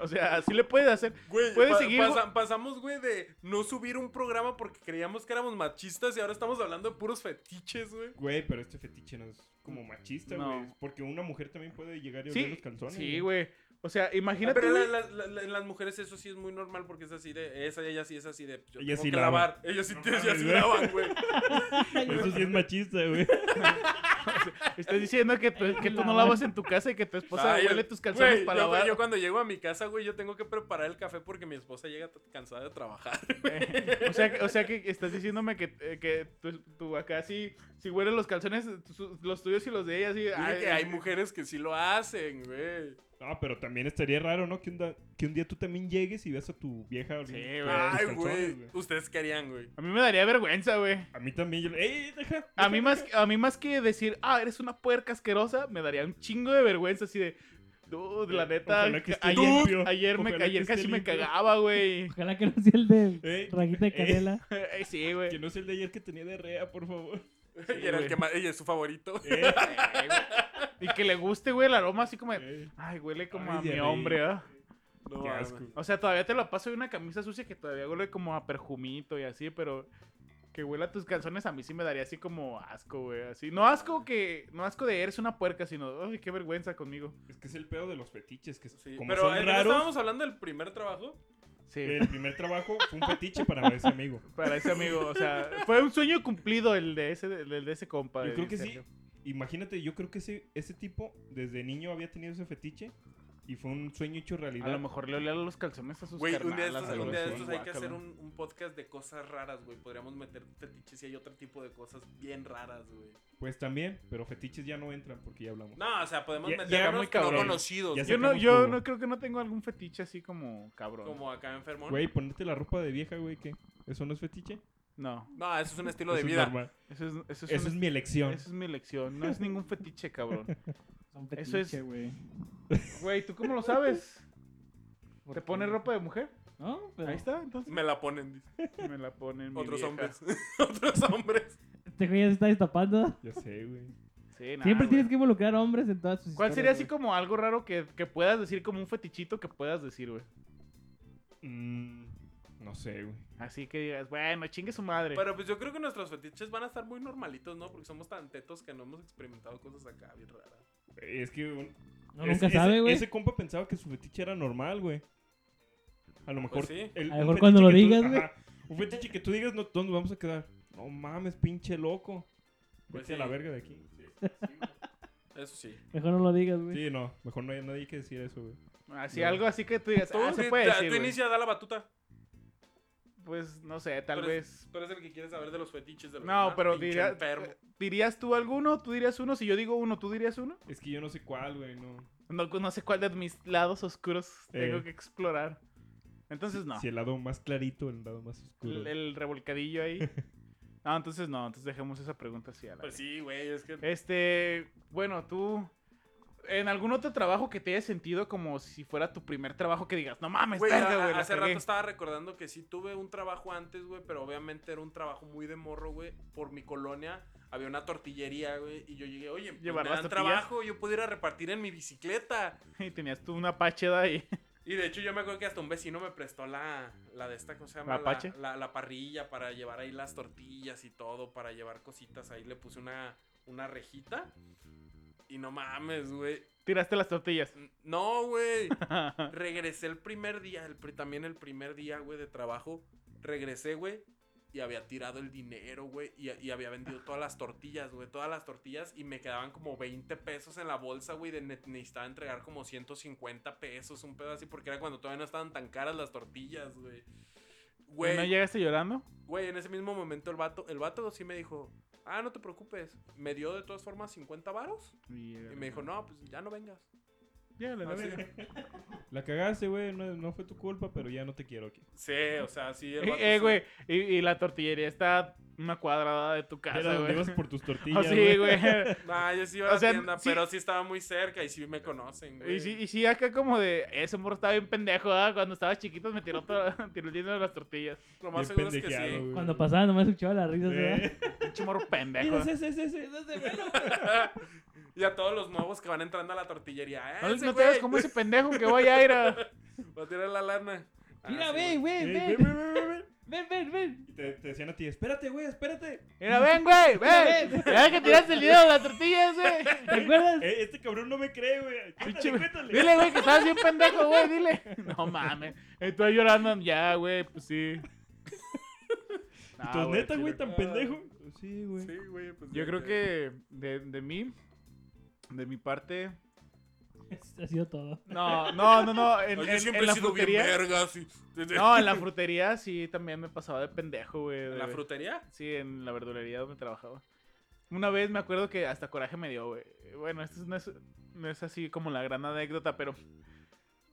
O sea, así le puedes hacer. Güey, Puedes pa- seguir, pasa- pasamos, güey, de no subir un programa porque creíamos que éramos machistas y ahora estamos hablando de puros fetiches, güey. Güey, pero este fetiche no es como machista, No. güey. es Porque una mujer también puede llegar y oler Sí, los calzones. sí, güey. O sea, imagínate. Pero güey. la- la- la- la- en las mujeres eso sí es muy normal porque es así de. Esa, ella sí es así de. Yo Ellas tengo sí que lavan. lavar. Ellas sí, No ellas mames, sí güey. lavan, güey. Eso sí es machista, güey. Estás diciendo que, tú- que tú no lavas en tu casa y que tu esposa Ay, huele tus calzones güey, para yo- lavar. Yo cuando llego a mi casa, güey, yo tengo que preparar el café porque mi esposa llega t- cansada de trabajar. O sea, que- o sea que estás diciéndome que, eh, que tú, tú acá sí, si huelen los calzones, tus- los tuyos y los de ella, sí. Dije ay, que hay mujeres que sí lo hacen, güey. No, Ah, pero también estaría raro, ¿no? Que un, da- que un día tú también llegues y veas a tu vieja. Sí, oliendo güey. tus Ay, calzones, güey. Ustedes qué harían, güey. A mí me daría vergüenza, güey. A mí también. Yo... ¡Ey, deja! A mí, deja, más, a mí más que decir, ah, eres una puerca asquerosa, me daría un chingo de vergüenza así de, dude, la neta, Ojalá que esté limpio. ayer, ayer, me, Ojalá ayer que esté casi me limpio. cagaba, güey. <laughs> Ojalá que no sea el de Eh, raguita de eh. canela. Eh, sí, deja. Que güey. no es el de ayer que tenía diarrea, por <laughs> favor. y era güey. el que más. Ella es su favorito. Eh, Eh, güey. Y que le guste, güey, el aroma así como de, eh, ay, huele como Ay, a mi diarrea. hombre, ¿ah? No, qué mames. asco. O sea, todavía te lo paso de una camisa sucia que todavía huele como a perjumito y así, pero que huela a tus calzones a mí sí me daría así como asco, güey, así. No asco que, no asco de eres una puerca, sino, ay, qué vergüenza conmigo. Es que es el pedo de los fetiches. Que Sí, como pero son eh, ¿no raros, estábamos hablando del primer trabajo. Sí. el primer trabajo fue un fetiche para ese <laughs> amigo. Para ese amigo, o sea, fue un sueño cumplido el de ese, el de ese compa. Yo el creo que sí. Sergio. Imagínate, yo creo que ese, ese tipo desde niño había tenido ese fetiche y fue un sueño hecho realidad. A lo mejor le olía los calzones a sus Güey, un día de carnalas, estos, algo un día de así. estos hay que hacer guácala. un, un podcast de cosas raras, güey. Podríamos meter fetiches y hay otro tipo de cosas bien raras, güey. Pues también, pero fetiches ya no entran porque ya hablamos. No, o sea, podemos Ya- meter ya muy unos no cabrón. conocidos, Ya güey, Yo no, yo sacamos no jugo. creo que no tengo algún fetiche así como cabrón. como acá enfermón. Güey, ponerte la ropa de vieja, güey, ¿qué? ¿Eso no es fetiche? No, No, eso es un estilo de Eso es vida. normal. eso es, eso es, Eso un- es mi elección. eso es mi elección. No es ningún fetiche, cabrón. Son Eso es- fetiche, güey. Güey, ¿tú cómo lo sabes? ¿Te Porque- pones ropa de mujer? No, pero Ahí está, entonces. Me la ponen, dice. Me la ponen. mi Otros vieja. hombres. <laughs> Otros hombres. Este güey ya se está destapando. Ya sé, güey. Sí, nah, Siempre güey. tienes que involucrar hombres en todas sus ¿Cuál sería así historias, como algo raro que, que puedas decir, como un fetichito que puedas decir, güey? Mm, no sé, güey. Así que digas, bueno, chingue su madre. Pero pues yo creo que nuestros fetiches van a estar muy normalitos, ¿no? Porque somos tan tetos que no hemos experimentado cosas acá bien raras. Güey, Es que... un- No, es- nunca ese- sabe, güey. Ese compa pensaba que su fetiche era normal, güey. A lo mejor... sí. el- A lo un mejor cuando lo fetiche que tú- digas, güey. ajá, Un fetiche que tú digas, no, ¿dónde vamos a quedar? No mames, pinche loco. Pues Vete a sí. la verga de aquí. Eso sí. Mejor no lo digas, güey. Sí, no. Mejor no hay nadie que decir eso, güey. Así, No. algo así que tú digas, Tú, ah, se di- puede da- decir, tú güey". inicia, da la batuta. Pues, no sé, tal Pero es- vez. Tú eres el que quieres saber de los fetiches de los No, demás, pero pinche diría- enfermo. ¿dirías tú alguno? ¿Tú dirías uno? Si yo digo uno, ¿tú dirías uno? Es que yo no sé cuál, güey, no. No, no sé cuál de mis lados oscuros tengo Eh. que explorar. Entonces, no. Si el lado más clarito, el lado más oscuro. El, el <laughs> revolcadillo ahí. No, entonces no, entonces dejemos esa pregunta así a la Pues vez. sí, güey, es que. Este, bueno, tú. ¿En algún otro trabajo que te haya sentido como si fuera tu primer trabajo que digas, no mames, Güey, verga, a- güey, la hace cagué"? rato estaba recordando que sí tuve un trabajo antes, güey, pero obviamente era un trabajo muy de morro, güey. Por mi colonia había una tortillería, güey, y yo llegué, oye, pues me Llevar las dan tortillas. trabajo, yo puedo ir a repartir en mi bicicleta. <laughs> Y tenías tú una pacheda ahí. Y de hecho yo me acuerdo que hasta un vecino me prestó la, la de esta, ¿cómo se llama? ¿La Apache? La, la parrilla para llevar ahí las tortillas y todo, para llevar cositas. Ahí le puse una, una rejita. Y no mames, güey. <laughs> Tiraste las tortillas. <laughs> No, güey. Regresé el primer día, el pri- también el primer día, güey, de trabajo. Regresé, güey, y había tirado el dinero, güey, y, y había vendido todas las tortillas, güey, todas las tortillas, y me quedaban como 20 pesos en la bolsa, güey, de ne- necesitaba entregar como 150 pesos, un pedo así, porque era cuando todavía no estaban tan caras las tortillas, güey. ¿No Güey, llegaste llorando? güey, en ese mismo momento el vato, el vato sí me dijo, ah, no te preocupes, me dio de todas formas 50 varos, y me dijo, Ah, no, pues ya no vengas. Llégale, la <laughs> Así. verga. La cagaste, güey. No, no fue tu culpa, pero ya no te quiero aquí. Sí, o sea, sí. el vato Eh, eh, sí- güey, y, y la tortillería está Una cuadrada de tu Era casa, donde güey. ibas <laughs> por tus tortillas, Así, güey. güey. <laughs> Nah, Ah, yo sí iba O a la sea, tienda, sí- pero sí estaba muy cerca y sí me conocen, güey. Y sí, y sí, acá como de, ese morro estaba bien pendejo, ¿ah? Cuando estaba chiquito me tiró, todo, <laughs> tiró el dinero de las tortillas. Lo Bien más seguro es que pendejeado, sí. güey. Cuando pasaba nomás escuchaba las risas, ¿verdad? Eh, Pinche morro pendejo. <laughs> Mira, ese, ese, ese, ese, ese, velo. Y a todos los nuevos que van entrando a la tortillería. No, ¡Eh, ese no te veas güey! como ese pendejo que voy a ir <laughs> a... Va a tirar la lana. Ah, Mira, sí, ven, eh, ven, ven, ven. ven, ven, ven. Ven, ven, ven. Y te, te decían a ti, espérate, güey, espérate. Mira, ven, güey, <laughs> ven. ven. Ya que tiraste el dinero de las tortillas, güey. ¿Te acuerdas? Eh, este cabrón no me cree, güey. Cuéntale, cuéntale. Dile, güey, que estabas bien pendejo, güey, dile. <laughs> No mames. Estoy llorando. Ya, güey, pues sí. <laughs> Y Ah, tú, güey, neta, sí, güey, lo- tan Ah. pendejo. Sí, güey. Sí, güey, pues Yo ya, creo ya. que de, de mí, de mi parte... Ha sido todo. No, no, no, no. En, Oye, en- yo en siempre he la sido bien frutería- verga, sí. No, en la frutería sí también me pasaba de pendejo, güey. ¿En de- la frutería? Sí, en la verdulería donde trabajaba. Una vez me acuerdo que hasta coraje me dio, güey. Bueno, esto no es, no es así como la gran anécdota, pero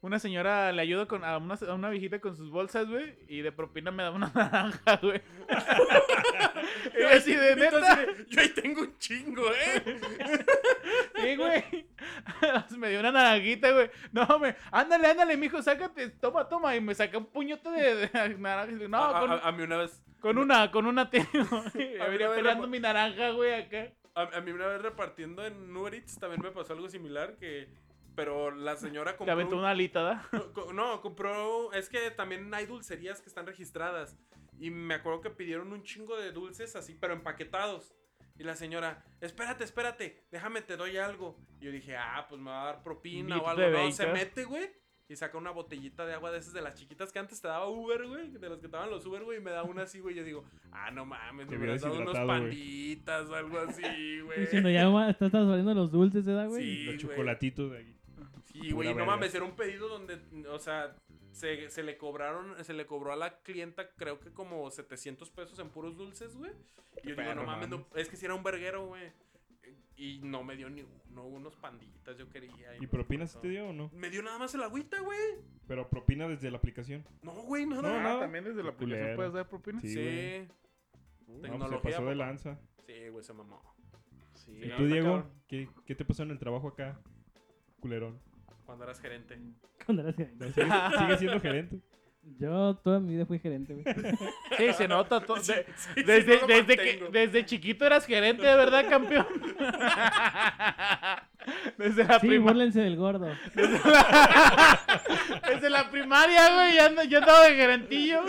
una señora le ayuda con, a, una, a una viejita con sus bolsas, güey, y de propina me da una <laughs> naranja, <laughs> güey. y yo así de Neta, neta. así de, Yo ahí tengo un chingo, ¿eh? Sí, güey. <laughs> me dio una naranjita, güey. No, me. Ándale, ándale, mijo, sácate. Toma, toma. Y me saca un puñote de, de naranjas. No, a, a- con, a mí una vez, con una, con una tío. <laughs> Y A mí venía me- pelando mi naranja, güey, acá. a, a mí una vez repartiendo en Uber Eats también me pasó algo similar que... Pero la señora Te compró... aventó una alita, ¿da? No, co- No, compró. Es que también hay dulcerías que están registradas. Y me acuerdo que pidieron un chingo de dulces así, pero empaquetados. Y la señora, espérate, espérate, déjame, te doy algo. Y yo dije, ah, pues me va a dar propina Bit o de algo. No, se Baker. mete, güey. Y saca una botellita de agua de esas de las chiquitas que antes te daba Uber, güey. De las que te daban los Uber, güey. Y me da una así, güey. Yo digo, ah, no mames, Te me vio hubieras dado unos deshidratado, güey. panditas o algo así, güey. Diciendo, ya ma, estás saliendo los dulces, ¿verdad, güey? Sí, Los güey. chocolatitos de ahí. Sí, Pura güey, no verga. mames, era un pedido donde, o sea, se, se le cobraron, se le cobró a la clienta creo que como 700 pesos en puros dulces, güey. Y yo digo, perro, no mames, mames. no- es que si era un verguero, güey. Y no me dio ni uno, unos panditas yo quería. ¿Y no propinas sé te dio o no? cuánto. Me dio nada más el agüita, güey. Pero propina desde la aplicación. No, güey, nada. No, no. <laughs> también desde la aplicación Culero. puedes dar propina. Sí, Sí. güey. No, pues se Tecnología, pasó de papá. lanza. Sí, güey, se mamó. Sí. ¿Y no, tú, está Diego? cabrón. ¿Qué, ¿Qué te pasó en el trabajo acá? <laughs> Culerón. Cuando eras <laughs> gerente. <laughs> Cuando eras gerente. No, sigue, sigue siendo <laughs> gerente. Yo toda mi vida fui gerente, güey. <laughs> Sí, se nota. to- Sí, de- sí, sí, desde, no lo desde, que, mantengo. desde chiquito eras gerente, ¿verdad, campeón? <laughs> desde la Sí, primaria. bórlense del gordo. Desde la, desde la primaria, güey. Ya, ando- yo andaba de gerentillo.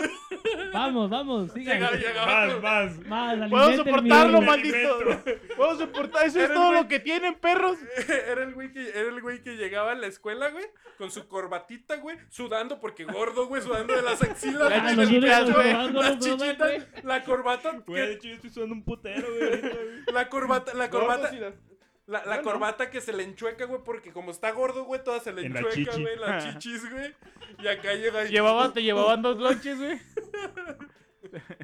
Vamos, vamos, sigan. Llegaba, <laughs> llegaba. Más, más. Más, Puedo alimenten mi soportarlo, ego. maldito. Puedo soportar. Eso es todo lo que tienen, perros. Era el, güey que, era el güey que llegaba a la escuela, güey, con su corbatita, güey, sudando porque gordo, güey, sudando de las axilas, La güey, Ah, del los chichita, gordos, brazo, los güey, las gordos, <laughs> los gordos, güey. chichitas, la corbata, Güey, de que- hecho, yo estoy sudando un putero, güey. ahorita, güey. la corbata, la corbata, Gordos y las- la, la Yo no. corbata que se le enchueca, güey, porque como está gordo, güey, toda se le En la enchueca, chichi. güey, <laughs> las chichis, güey, y acá llega y... Llevaban, te llevaban dos lonches, güey.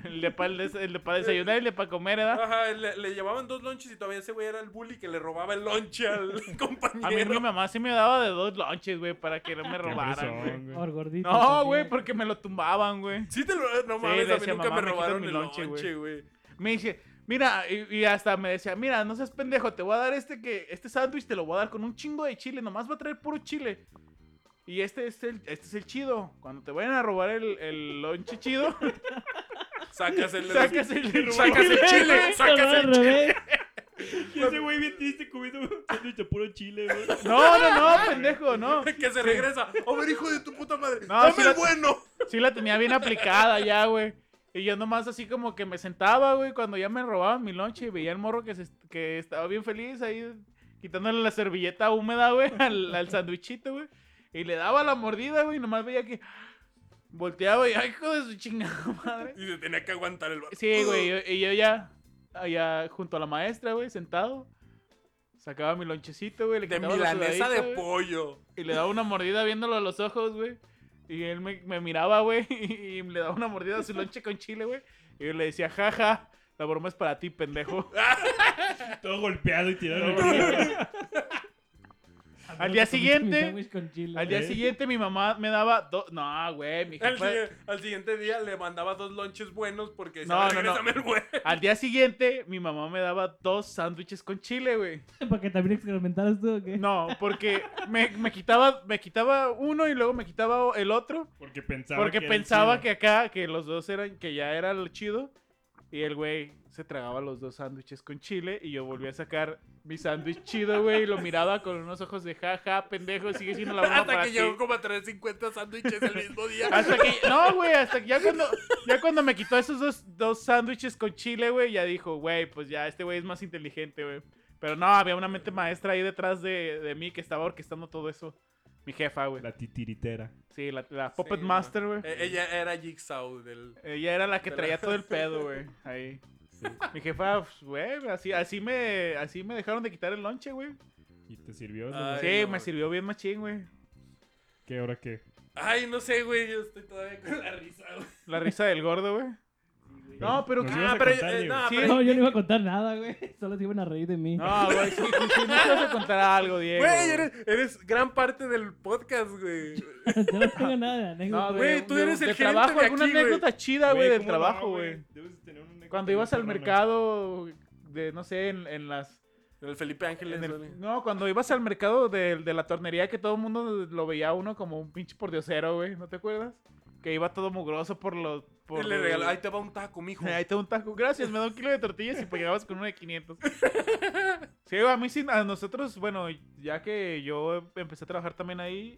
El de para desayunar y el de para comer, ¿verdad? Ajá, le, le llevaban dos lonches y todavía ese güey era el bully que le robaba el lonche al <laughs> compañero. A mí mi mamá sí me daba de dos lonches, güey, para que no me Qué robaran, fresón, güey. güey. Por gordito. No, también. güey, <laughs> porque me lo tumbaban, güey. Sí te lo... No Sí, mames, le a mí decía, nunca "Mamá, me me quitas robaron mi el lonche, lonche, güey". güey. Me dice, mira, y, y hasta me decía, mira, no seas pendejo, te voy a dar este que, este sándwich te lo voy a dar con un chingo de chile, nomás va a traer puro chile. Y este es el, este es el chido. Cuando te vayan a robar el, el lonche chido, <laughs> Sacas el... sacas el chile. Sacas el chile, güey. Pero sacas el al revés. Y ese güey bien triste comiendo <laughs> un sándwich de puro chile, güey. No, no, no, pendejo, no. que se regresa. A ver, hijo de tu puta madre. No, Dame sí el la- bueno. Sí la tenía bien aplicada ya, güey. Y yo nomás así como que me sentaba, güey, cuando ya me robaban mi lonche y veía el morro que, se est- que estaba bien feliz ahí quitándole la servilleta húmeda, güey, <laughs> al, al sándwichito, güey. Y le daba la mordida, güey, y nomás veía que volteaba y, ay, hijo de su chingada <laughs> madre. Y se tenía que aguantar el vato. Sí, güey, yo- y yo ya, allá junto a la maestra, güey, sentado, sacaba mi lonchecito, güey, le De quitaba la milanesa sudadita, de güey. pollo. Y le daba una mordida viéndolo a los ojos, güey. Y él me, me miraba, güey. <laughs> Y, y le daba una mordida a su lonche con chile, güey. Y yo le decía, jaja, la broma es para ti, <laughs> pendejo. Todo golpeado y tirado. No, güey. Al día Comiste mi siguiente, sándwich con chile, al güey. día ¿Eh? siguiente mi mamá me daba dos... No, güey, mi Al, jefa- sigui- al siguiente día le mandaba dos lonches buenos porque No, no, no, no. el güey. Al día siguiente mi mamá me daba dos sándwiches con chile, güey. ¿Para que también experimentaras tú o qué? No, porque me, me quitaba, me quitaba uno y luego me quitaba el otro. Porque pensaba Porque que era el pensaba chido. que acá, que los dos eran, que ya era lo chido. Y el güey se tragaba los dos sándwiches con chile. Y yo volví a sacar mi sándwich chido, güey. Y lo miraba con unos ojos de jaja, pendejo, sigue siendo <laughs> la misma Hasta para que ti". llegó como a traer 50 sándwiches el mismo día. Hasta que, no, güey, hasta que ya cuando, ya cuando me quitó esos dos, dos sándwiches con chile, güey, ya dijo, güey, pues ya este güey es más inteligente, güey. Pero no, había una mente maestra ahí detrás de, de mí que estaba orquestando todo eso. Mi jefa, güey. La titiritera. Sí, la, la Puppet Sí, no. Master, güey. Eh, Ella era Jigsaw del... Ella era la que Te la- traía todo el pedo, güey. Ahí. Mi jefa, pues, güey, así, así, me, así me dejaron de quitar el lonche, güey. ¿Y te sirvió? eso, Ay, güey? Sí, no, me güey. sirvió bien machín, güey. ¿Qué ahora qué? Ay, no sé, güey, yo estoy todavía con la risa, güey. La risa del gordo, güey. No, pero... Nos que- ibas Ah, a pero... contar, eh, Diego. no, Sí, pero- <laughs> No, yo no iba a contar nada, güey. <laughs> Solo se iban a reír de mí. No, güey, sí, sí, sí, no te vas a contar algo, Diego. Güey, eres, eres gran parte del podcast, güey. <laughs> Yo no tengo nada de anécdota. No, de- Güey, tú de- eres el de gerente trabajo, de alguna aquí, güey. anécdota chida, güey, del ¿cómo no, trabajo, güey. Debes tener una Cuando anécdota ibas al bien perrona. mercado de, no sé, en, en las... El Felipe Ángeles, en el- güey. no, cuando ibas al mercado de, de la tornería que todo el mundo lo veía a uno como un pinche pordiosero, güey, ¿no te acuerdas? Que iba todo mugroso por los... Por Y le regaló, ahí te va un taco, mijo. Ahí te da un taco. Gracias, me da un kilo de tortillas y pues llegabas con uno de <laughs> 500. Sí, a mí sí, a nosotros, bueno, ya que yo empecé a trabajar también ahí,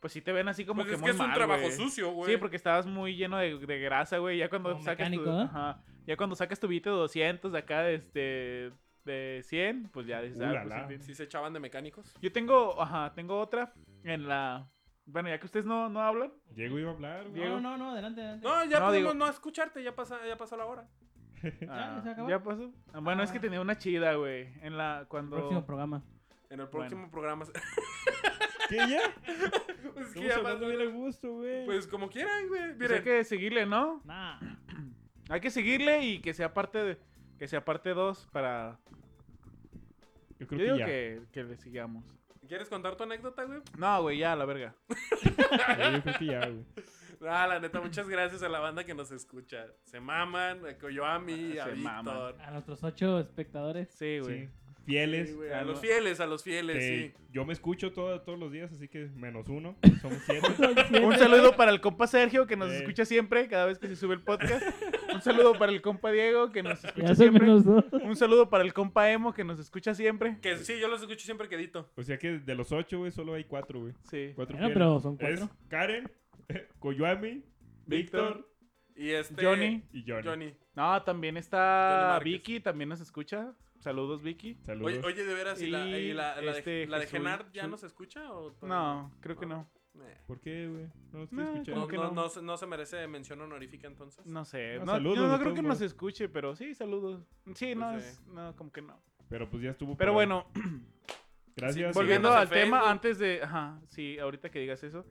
pues sí te ven así como Pues que es muy que es un mal, trabajo güey. sucio, güey. Sí, porque estabas muy lleno de, de grasa, güey. Ya cuando Como sacas tu, mecánico, ¿eh? ajá, ya cuando sacas tu billete de 200 de acá este de 100, pues ya dices, ah, Ulala. pues, en fin. Sí se echaban de mecánicos. Yo tengo, ajá, tengo otra en la bueno, ya que ustedes no, no <laughs> hablan. Diego iba a hablar, güey. Diego. No, no, no, adelante, adelante. No, ya No, podemos digo- no escucharte, ya, pasa, ya pasó la hora. Ah, se acabó? ¿Ya pasó? Ah, Bueno, es que Ah. tenía una chida, güey. En la cuando Próximo programa. En el próximo <laughs> programa. ¿Qué ya? Pues, que Estamos ya más- hablando bien a gusto, güey. pues como quieran, güey. Pues hay Miren, que seguirle, ¿no? Nah. Hay que seguirle y que sea parte de, que sea parte 2 para yo creo yo digo que ya. que, que le sigamos. ¿quieres contar tu anécdota, güey? No, güey, ya la verga. Güey, Yo creo que ya, güey. Ah, la neta, muchas gracias a la banda que nos escucha. Se maman, a Coyoami, Ah, a se Víctor. maman. A nuestros ocho espectadores. Sí, güey. Sí. Fieles. Sí, güey, a Ah, los no. fieles, a los fieles, que sí. Yo me escucho todo- todos los días, así que menos uno. Somos siete. <laughs> Un saludo para el compa Sergio que nos Eh. escucha siempre cada vez que se sube el podcast. Un saludo para el compa Diego que nos escucha Ya son siempre. menos dos. Un saludo para el compa Emo que nos escucha siempre. Que sí, yo los escucho siempre quedito. O sea que de los ocho, güey, solo hay cuatro, güey. Sí. Cuatro Bueno, fieles. pero son Es cuatro. Karen, <laughs> Coyoami, Víctor Y este. Johnny. y Johnny. Johnny. No, también Johnny está Márquez. Vicky, también nos escucha. Saludos, Vicky. Saludos. Oye, oye, de veras, ¿y, la, Y y la- la de- este, la de, Jesús. Genard ya Jesús. nos escucha? O todavía No, creo que no. no? Eh, ¿Por qué, güey? No nos No, estoy No, escuchando. como que no, no. no se- no se merece mención honorífica entonces. No sé. No, No, saludos, yo no de creo que todos nos modos. escuche, pero sí, saludos. Sí, no, Pues, es- no, como que no. Pero pues ya estuvo. Pero por hoy. bueno, Gracias. sí, volviendo síganos en al tema, Facebook. antes de. Ajá, sí, ahorita que digas eso.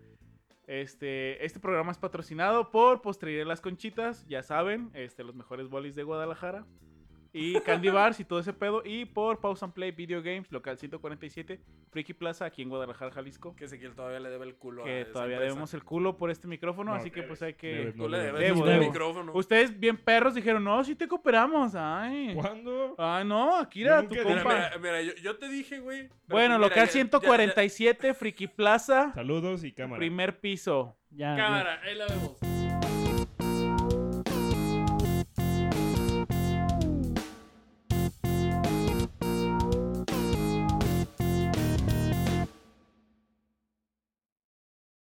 Este, este programa es patrocinado por Postrería Las Conchitas, ya saben, este, los mejores bolis de Guadalajara. <laughs> Y Candy Bars y todo ese pedo. Y por Pause and Play Video Games, local 147, Friki Plaza, aquí en Guadalajara, Jalisco. Que Ezequiel todavía le debe el culo a Que esa todavía empresa. debemos el culo por este micrófono, No, así que pues hay que. Debes, Tú le debes Debo, un debo. micrófono. Ustedes, bien perros, dijeron, no, sí te cooperamos. Ay. ¿Cuándo? Ah, no, Yo Akira, nunca tu dije- compa. Mira, mira, mira, yo, yo te dije, güey. pero bueno, tú, mira, local ya- 147, Friki Plaza, Saludos y cámara. primer piso. ya- Ya. ya- cámara, ahí la vemos. Thank